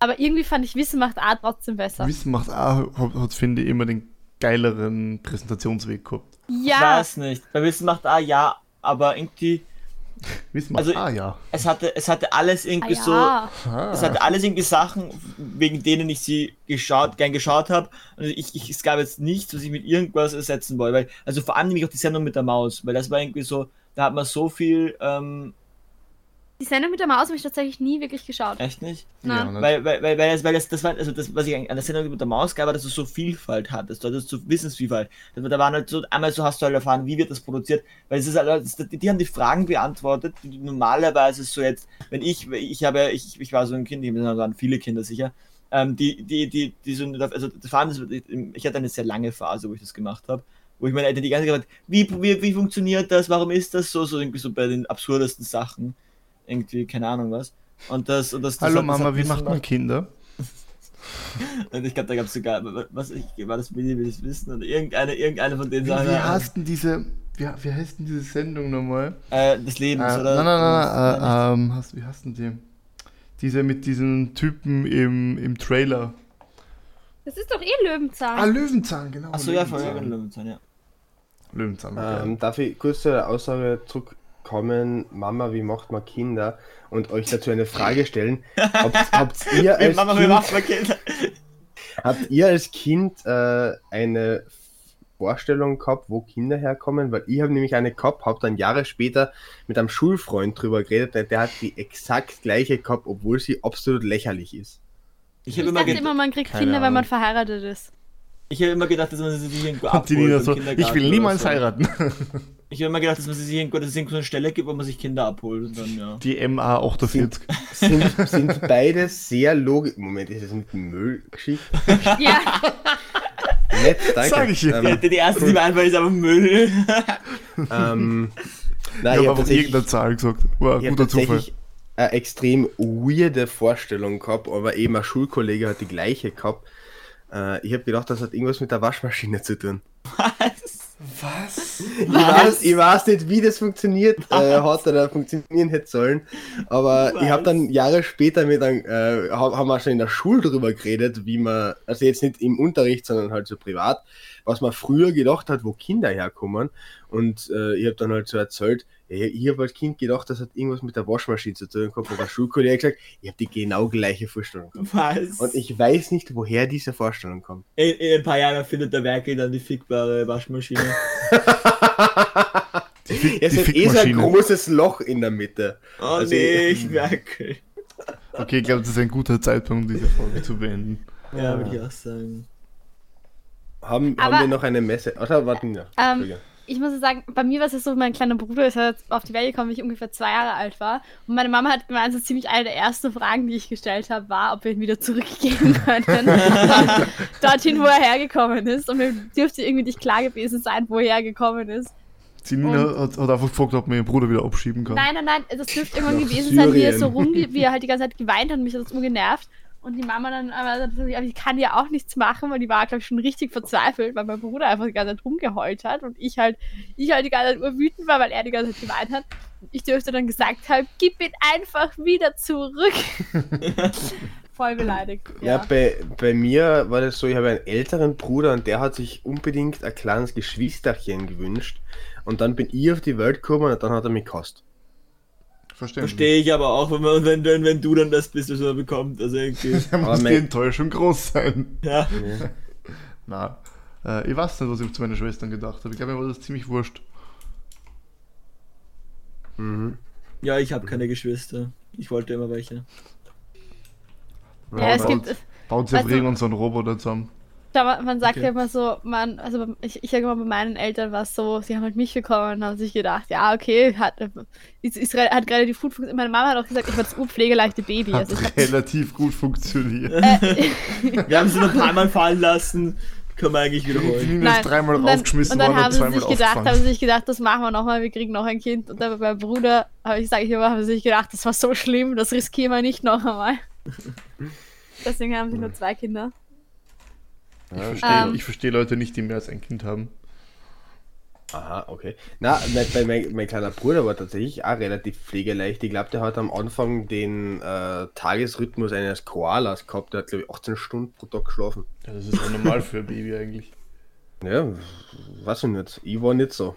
Speaker 6: Aber irgendwie fand ich Wissen macht A trotzdem besser.
Speaker 1: Wissen macht A, hat, hat, finde ich, immer den geileren Präsentationsweg gehabt.
Speaker 4: Ich
Speaker 6: ja,
Speaker 4: weiß nicht. Bei Wissen macht A ja, aber irgendwie,
Speaker 1: Wissen macht
Speaker 4: Also-
Speaker 1: A, ja.
Speaker 4: es hatte, es hatte alles
Speaker 6: ah,
Speaker 4: irgendwie so.
Speaker 6: ja.
Speaker 1: Ah.
Speaker 4: Es hat alles irgendwie Sachen, wegen denen ich sie geschaut, gern geschaut habe. Und ich, ich, es gab jetzt nichts, was ich mit irgendwas ersetzen wollte. Weil, also vor allem nämlich auch die Sendung mit der Maus, weil das war irgendwie so, da hat man so viel, ähm,
Speaker 6: Die Sendung mit der Maus habe ich tatsächlich nie wirklich geschaut.
Speaker 4: echt nicht?
Speaker 1: Ja,
Speaker 6: Nein.
Speaker 1: ne?
Speaker 4: Weil, weil, weil, weil, das, weil das, das war, also das, was ich an der Sendung mit der Maus gab, war, dass du so Vielfalt hattest, du hattest so Wissensvielfalt. Da da waren halt so, einmal so hast du halt erfahren, wie wird das produziert, weil es ist halt, es- die, die haben die Fragen beantwortet, die du normalerweise so jetzt, wenn ich, ich habe, ich, ich war so ein Kind, ich da waren viele Kinder sicher, ähm, die, die, die, die so, also das waren, das- ich hatte eine sehr lange Phase, wo ich das gemacht habe, Wo ich meine Eltern die ganze Zeit gefragt, wie, wie, wie funktioniert das, warum ist das so, so irgendwie so bei den absurdesten Sachen. Irgendwie, keine Ahnung was. Und das, und das, das
Speaker 1: Hallo
Speaker 4: hat- das hat
Speaker 1: Mama, wie
Speaker 4: mich so
Speaker 1: macht man
Speaker 4: nach-
Speaker 1: Kinder?
Speaker 4: Und ich glaube, da gab es sogar, was ich, war das Willi will ich wissen? Oder irgendeine, irgendeine von denen äh,
Speaker 1: Wie, wie
Speaker 4: Sachen.
Speaker 1: heißt denn diese, wie, wie heißt denn diese Sendung nochmal?
Speaker 4: äh, des
Speaker 1: Äh,
Speaker 4: Lebens,
Speaker 1: nein,
Speaker 4: oder?
Speaker 1: nein, nein,
Speaker 4: Nein,
Speaker 1: äh, ähm, hast, wie heißt denn die? Diese mit diesen Typen im, im Trailer.
Speaker 6: Das ist doch eh Löwenzahn.
Speaker 1: Ah, Löwenzahn, genau.
Speaker 4: Achso, ja, von
Speaker 1: Löwenzahn.
Speaker 4: Löwenzahn, ja.
Speaker 1: Löwenzahn.
Speaker 4: Ah,
Speaker 1: war geil.
Speaker 2: Ähm, darf ich kurz zu der Aussage zurückkommen, Mama, wie macht man Kinder? Und euch dazu eine Frage stellen. Habt, habt, ihr,
Speaker 4: Wir
Speaker 2: als
Speaker 4: Mama, wir
Speaker 2: kind,
Speaker 4: machen mal Kinder.
Speaker 2: habt ihr als Kind äh, eine Vorstellung gehabt, wo Kinder herkommen? Weil ich habe nämlich eine gehabt, habe dann Jahre später mit einem Schulfreund drüber geredet, der, der hat die exakt gleiche gehabt, obwohl sie absolut lächerlich ist.
Speaker 4: Ich
Speaker 6: ich
Speaker 4: habe immer,
Speaker 6: dachte
Speaker 4: ge
Speaker 6: immer, man kriegt
Speaker 1: Keine
Speaker 6: Kinder, wenn man
Speaker 1: Ahnung.
Speaker 6: verheiratet ist.
Speaker 4: ich hab immer gedacht, dass man sie sich irgendwo
Speaker 1: Und die
Speaker 4: abholt
Speaker 1: Nina
Speaker 4: im
Speaker 1: so, ich
Speaker 4: Kindergarten
Speaker 1: will
Speaker 4: oder
Speaker 1: niemals
Speaker 4: so.
Speaker 1: heiraten.
Speaker 4: Ich habe immer gedacht, dass man sie sich irgendwo, dass es irgendwo eine Stelle gibt, wo man sich Kinder abholt. Und dann, ja.
Speaker 1: Die MA48.
Speaker 4: Ah,
Speaker 2: Sind, sind beide sehr logisch. Moment, ist das mit Müllgeschichte?
Speaker 6: Ja, ähm,
Speaker 2: Nett, danke.
Speaker 1: Sag ich ja.
Speaker 4: Die, die erste, die mir einfällt, ist aber Müll.
Speaker 2: Ähm,
Speaker 1: Ich
Speaker 2: nein,
Speaker 1: habe
Speaker 2: ich
Speaker 1: einfach
Speaker 2: habe
Speaker 1: irgendeine Zahl gesagt. War
Speaker 2: Ich
Speaker 1: ein
Speaker 2: hab
Speaker 1: guter Zufall.
Speaker 2: tatsächlich eine extrem weirde Vorstellung gehabt, aber eben ein Schulkollege hat die gleiche gehabt. Äh, ich habe gedacht, das hat irgendwas mit der Waschmaschine zu tun.
Speaker 1: Was?
Speaker 2: Ich weiß, ich weiß nicht, wie das funktioniert äh, hat oder funktionieren hätte sollen, aber ich habe dann Jahre später mit einem, äh, hab- haben wir schon in der Schule drüber geredet, wie man, also jetzt nicht im Unterricht, sondern halt so privat, was man früher gedacht hat, wo Kinder herkommen. Und äh, ich habe dann halt so erzählt, ja, ich habe als Kind gedacht, das hat irgendwas mit der Waschmaschine zu tun gehabt, aber der Schulkollege hat gesagt, ich habe die genau gleiche Vorstellung gehabt.
Speaker 4: Was?
Speaker 2: Und ich weiß nicht, woher diese Vorstellung kommt.
Speaker 4: in, in ein paar Jahren findet der Werkel dann die fickbare Waschmaschine.
Speaker 2: Es hat eh so ein
Speaker 1: Fickmaschine.
Speaker 2: großes Loch in der Mitte.
Speaker 4: Oh
Speaker 2: Also-
Speaker 4: nee, ich Werkel.
Speaker 1: Okay, ich glaube, das ist ein guter Zeitpunkt, um diese Folge zu beenden.
Speaker 4: Ja, würde ich auch sagen.
Speaker 2: Haben,
Speaker 6: Aber-
Speaker 2: haben wir noch eine Messe? Oder warten wir? Entschuldige.
Speaker 6: ich muss sagen, bei mir war es ja so, mein kleiner Bruder ist ja jetzt auf die Welt gekommen, wenn ich ungefähr zwei Jahre alt war. Und meine Mama hat gemeint, so ziemlich eine der ersten Fragen, die ich gestellt habe, war, ob wir ihn wieder zurückgeben können. dorthin, wo er hergekommen ist. Und mir dürfte irgendwie nicht klar gewesen sein, wo er hergekommen ist.
Speaker 1: Die Nina hat, hat einfach gefragt, ob man ihren Bruder wieder abschieben kann.
Speaker 6: Nein, nein, nein, das dürfte irgendwann
Speaker 2: Nach
Speaker 6: gewesen sein, wie er so
Speaker 2: Syrien.
Speaker 6: rum, wie er halt die ganze Zeit geweint hat und mich hat das umgenervt. Und die Mama dann, aber dann so, ja, ich kann ja auch nichts machen, weil die war, glaube ich, schon richtig verzweifelt, weil mein Bruder einfach die ganze Zeit rumgeheult hat und ich halt, ich halt die ganze Zeit urwütend war, weil er die ganze Zeit geweint hat. Und ich dürfte dann gesagt haben, gib ihn einfach wieder zurück. Voll beleidigt.
Speaker 2: Ja,
Speaker 6: Ja.
Speaker 2: bei, bei mir war das so, ich habe einen älteren Bruder und der hat sich unbedingt ein kleines Geschwisterchen gewünscht. Und dann bin ich auf die Welt gekommen und dann hat er mich gehasst.
Speaker 1: Verstehen.
Speaker 4: Verstehe ich aber auch, wenn, man, wenn, wenn, wenn du dann das bist, was man bekommt. Also irgendwie.
Speaker 1: Da muss
Speaker 2: Aber
Speaker 1: die
Speaker 2: mein-
Speaker 1: Enttäuschung groß sein.
Speaker 4: ja.
Speaker 1: Na, äh, ich weiß nicht, was ich zu meinen Schwestern gedacht habe. Ich glaube, mir war das ziemlich wurscht.
Speaker 4: ja, ich habe keine Geschwister. Ich wollte immer welche.
Speaker 6: Ja, es
Speaker 1: Baut-
Speaker 6: gibt,
Speaker 1: Baut sich auf
Speaker 6: Also-
Speaker 1: irgendwann so einen Roboter zusammen.
Speaker 6: Da, man man sagt
Speaker 4: Okay.
Speaker 6: ja immer so, man, also ich, ich sage immer, bei meinen Eltern war es so, sie haben halt mich bekommen und haben sich gedacht, ja, okay, hat, äh, ist, ist, re- hat gerade die Foodfunktion. Meine Mama hat auch gesagt, ich war das urpflegeleichte Baby.
Speaker 1: Hat
Speaker 6: Also ich hab,
Speaker 1: relativ gut funktioniert.
Speaker 6: äh,
Speaker 4: Wir haben sie noch ein paar Mal fallen lassen. Können wir eigentlich
Speaker 1: Die
Speaker 4: wiederholen.
Speaker 1: Nina ist dreimal
Speaker 6: und dann,
Speaker 1: raufgeschmissen
Speaker 6: und dann
Speaker 1: worden und
Speaker 6: haben sie
Speaker 1: zweimal
Speaker 6: sich gedacht, haben
Speaker 1: aufgefangen.
Speaker 6: sie sich gedacht, das machen wir nochmal, wir kriegen noch ein Kind. Und dann bei meinem Bruder, habe ich, sage ich immer, haben sie sich gedacht, das war so schlimm, das riskieren wir nicht noch einmal. Deswegen haben sie nur zwei Kinder.
Speaker 1: Ich verstehe,
Speaker 6: Ähm.
Speaker 1: ich verstehe Leute nicht, die mehr als ein Kind haben.
Speaker 2: Aha, okay. Na, mein, mein- mein, mein kleiner Bruder war tatsächlich auch relativ pflegeleicht. Ich glaube, der hat am Anfang den äh, Tagesrhythmus eines Koalas gehabt. Der hat, glaube ich, 18 Stunden pro Tag geschlafen.
Speaker 1: Ja, das ist auch normal für ein Baby eigentlich.
Speaker 2: Ja, weiß ich nicht. Ich war nicht so.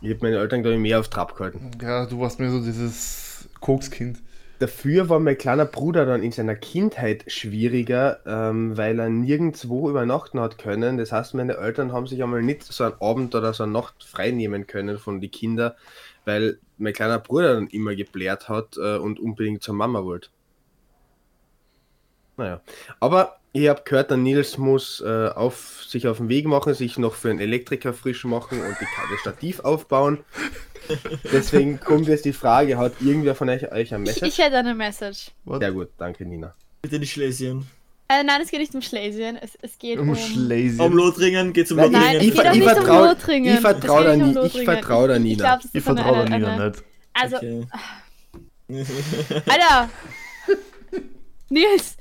Speaker 2: Ich habe meine Eltern, glaube ich, mehr auf Trab gehalten.
Speaker 1: Ja, du warst mir so dieses Kokskind.
Speaker 2: Dafür war mein kleiner Bruder dann in seiner Kindheit schwieriger, ähm, weil er nirgendwo übernachten hat können. Das heißt, meine Eltern haben sich einmal nicht so einen Abend oder so eine Nacht frei nehmen können von den Kindern, weil mein kleiner Bruder dann immer geblärt hat äh, und unbedingt zur Mama wollte. Naja, aber ich habe gehört, der Nils muss äh, auf, sich auf den Weg machen, sich noch für einen Elektriker frisch machen und die, das Stativ aufbauen. Deswegen kommt jetzt die Frage, hat irgendwer von euch, euch ein
Speaker 6: Ich,
Speaker 2: Messer?
Speaker 6: ich hätte eine Message.
Speaker 1: What?
Speaker 2: Sehr gut, danke Nina.
Speaker 4: Bitte nicht Schlesien.
Speaker 6: Äh, nein, es geht nicht um Schlesien. Es, es geht um.
Speaker 1: Um Schlesien.
Speaker 4: Um Lothringen geht's um
Speaker 2: Nein,
Speaker 4: Lothringen.
Speaker 6: Nein, es
Speaker 2: Ich
Speaker 6: geht
Speaker 2: ver-
Speaker 6: auch
Speaker 2: ich
Speaker 6: nicht um
Speaker 2: vertrau-
Speaker 6: Lothringen.
Speaker 2: ich vertrau
Speaker 6: Es geht
Speaker 2: da
Speaker 6: nicht um
Speaker 2: nie- ich
Speaker 6: Lothringen.
Speaker 2: vertrau da nie
Speaker 6: Ich
Speaker 2: nach.
Speaker 6: glaub, das
Speaker 1: Ich
Speaker 6: ist eine-
Speaker 1: vertraue
Speaker 6: eine-
Speaker 1: da
Speaker 6: eine-
Speaker 1: Nina nicht.
Speaker 6: Also,
Speaker 4: Okay.
Speaker 6: Alter! Nils!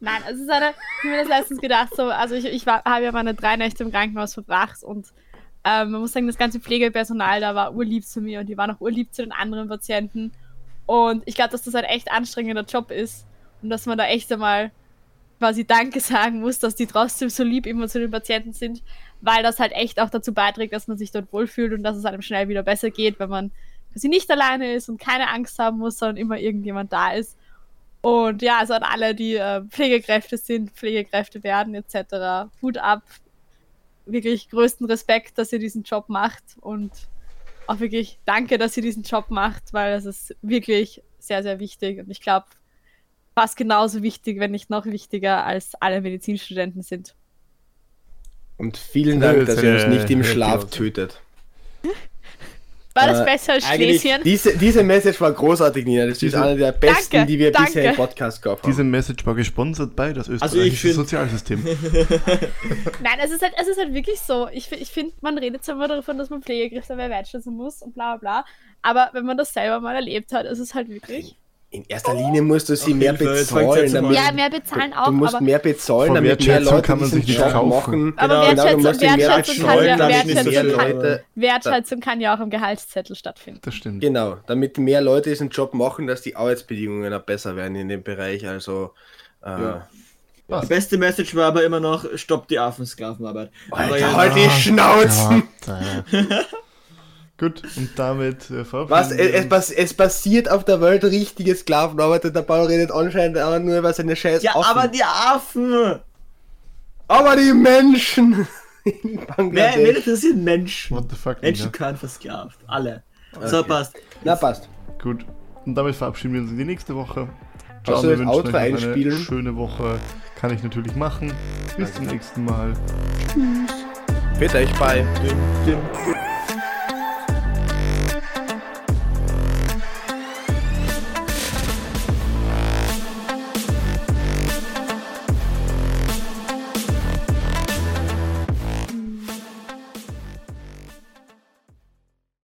Speaker 6: Nein, es ist eine, ich habe mir das letztens gedacht, so, also ich, ich habe ja meine drei Nächte im Krankenhaus verbracht und ähm, man muss sagen, das ganze Pflegepersonal da war urlieb zu mir und die waren auch urlieb zu den anderen Patienten. Und ich glaube, dass das ein echt anstrengender Job ist und dass man da echt einmal quasi Danke sagen muss, dass die trotzdem so lieb immer zu den Patienten sind, weil das halt echt auch dazu beiträgt, dass man sich dort wohlfühlt und dass es einem schnell wieder besser geht, wenn man quasi nicht alleine ist und keine Angst haben muss, sondern immer irgendjemand da ist. Und ja, also an alle, die äh, Pflegekräfte sind, Pflegekräfte werden etc. Hut ab. Wirklich größten Respekt, dass ihr diesen Job macht und auch wirklich danke, dass ihr diesen Job macht, weil das ist wirklich sehr, sehr wichtig und ich glaube, fast genauso wichtig, wenn nicht noch wichtiger, als alle Medizinstudenten sind.
Speaker 2: Und vielen Dank, dass ihr uns
Speaker 1: Äh,
Speaker 2: nicht im
Speaker 1: äh,
Speaker 2: Schlaf
Speaker 1: äh,
Speaker 2: tötet.
Speaker 6: War das
Speaker 2: Äh,
Speaker 6: besser als
Speaker 4: eigentlich
Speaker 6: Schlesien?
Speaker 2: Diese, diese Message war großartig, Nina. Das ist
Speaker 1: Diese-
Speaker 2: eine der besten,
Speaker 6: Danke,
Speaker 2: die wir
Speaker 6: danke.
Speaker 2: bisher im Podcast gehabt haben.
Speaker 1: Diese Message war gesponsert bei das
Speaker 4: ich
Speaker 1: österreichische
Speaker 4: find-
Speaker 1: Sozialsystem.
Speaker 6: Nein, es ist halt, es ist halt wirklich so. Ich, fi- ich finde, man redet zwar immer davon, dass man Pflegekräfte mehr wertschätzen muss und bla bla bla. Aber wenn man das selber mal erlebt hat, ist es halt wirklich.
Speaker 2: In erster Linie musst du sie
Speaker 4: Ach,
Speaker 2: mehr
Speaker 4: Hilfe, jetzt fängt's
Speaker 2: bezahlen,
Speaker 4: jetzt mal
Speaker 2: damit
Speaker 4: an.
Speaker 6: Ja, mehr bezahlen auch,
Speaker 2: du musst
Speaker 6: aber.
Speaker 2: mehr bezahlen,
Speaker 1: Von
Speaker 2: damit mehr
Speaker 1: Wertschätzung
Speaker 2: Leute
Speaker 1: kann man
Speaker 2: diesen
Speaker 1: sich nicht
Speaker 2: Job
Speaker 1: kaufen.
Speaker 2: machen.
Speaker 6: Aber
Speaker 4: Genau,
Speaker 2: du musst den
Speaker 6: Wertschätzung, Wertschätzung, kann ja,
Speaker 4: Leuten
Speaker 2: damit
Speaker 4: nicht
Speaker 6: Wertschätzung,
Speaker 2: mehr
Speaker 4: so viel-
Speaker 6: kann,
Speaker 2: Leute,
Speaker 6: Wertschätzung kann ja auch im Gehaltszettel stattfinden.
Speaker 1: Das stimmt.
Speaker 2: genau, damit mehr Leute diesen Job machen, dass die Arbeitsbedingungen auch besser werden in dem Bereich. Also äh,
Speaker 4: Ja. Die beste Message war aber immer noch, stopp die Affensklavenarbeit. Aber
Speaker 2: Alter,
Speaker 4: ja,
Speaker 2: halt die Schnauzen!
Speaker 1: Alter. Gut, und damit äh, verabschieden
Speaker 2: Was? Es,
Speaker 1: wir
Speaker 2: es,
Speaker 1: uns.
Speaker 2: pass- es passiert auf der Welt richtige Sklavenarbeit und der Bauer redet anscheinend aber nur über seine scheiß
Speaker 4: ja
Speaker 2: Affen.
Speaker 4: aber die Affen!
Speaker 2: aber die Menschen in
Speaker 4: Wer, wen
Speaker 2: Bangladesch.
Speaker 4: interessiert Menschen?
Speaker 1: What the fuck, Nina?
Speaker 4: Menschen können versklavt. Alle. So, passt.
Speaker 2: Na passt.
Speaker 1: Gut, und damit verabschieden wir uns in die nächste Woche.
Speaker 2: Hast du
Speaker 1: wir
Speaker 2: das
Speaker 1: wünschen
Speaker 2: Outro
Speaker 1: euch noch
Speaker 2: einspielen?
Speaker 1: eine schöne Woche. Kann ich natürlich machen. Bis zum nächsten Mal.
Speaker 2: Bitte, ich bei.
Speaker 4: Dim, dim, dim.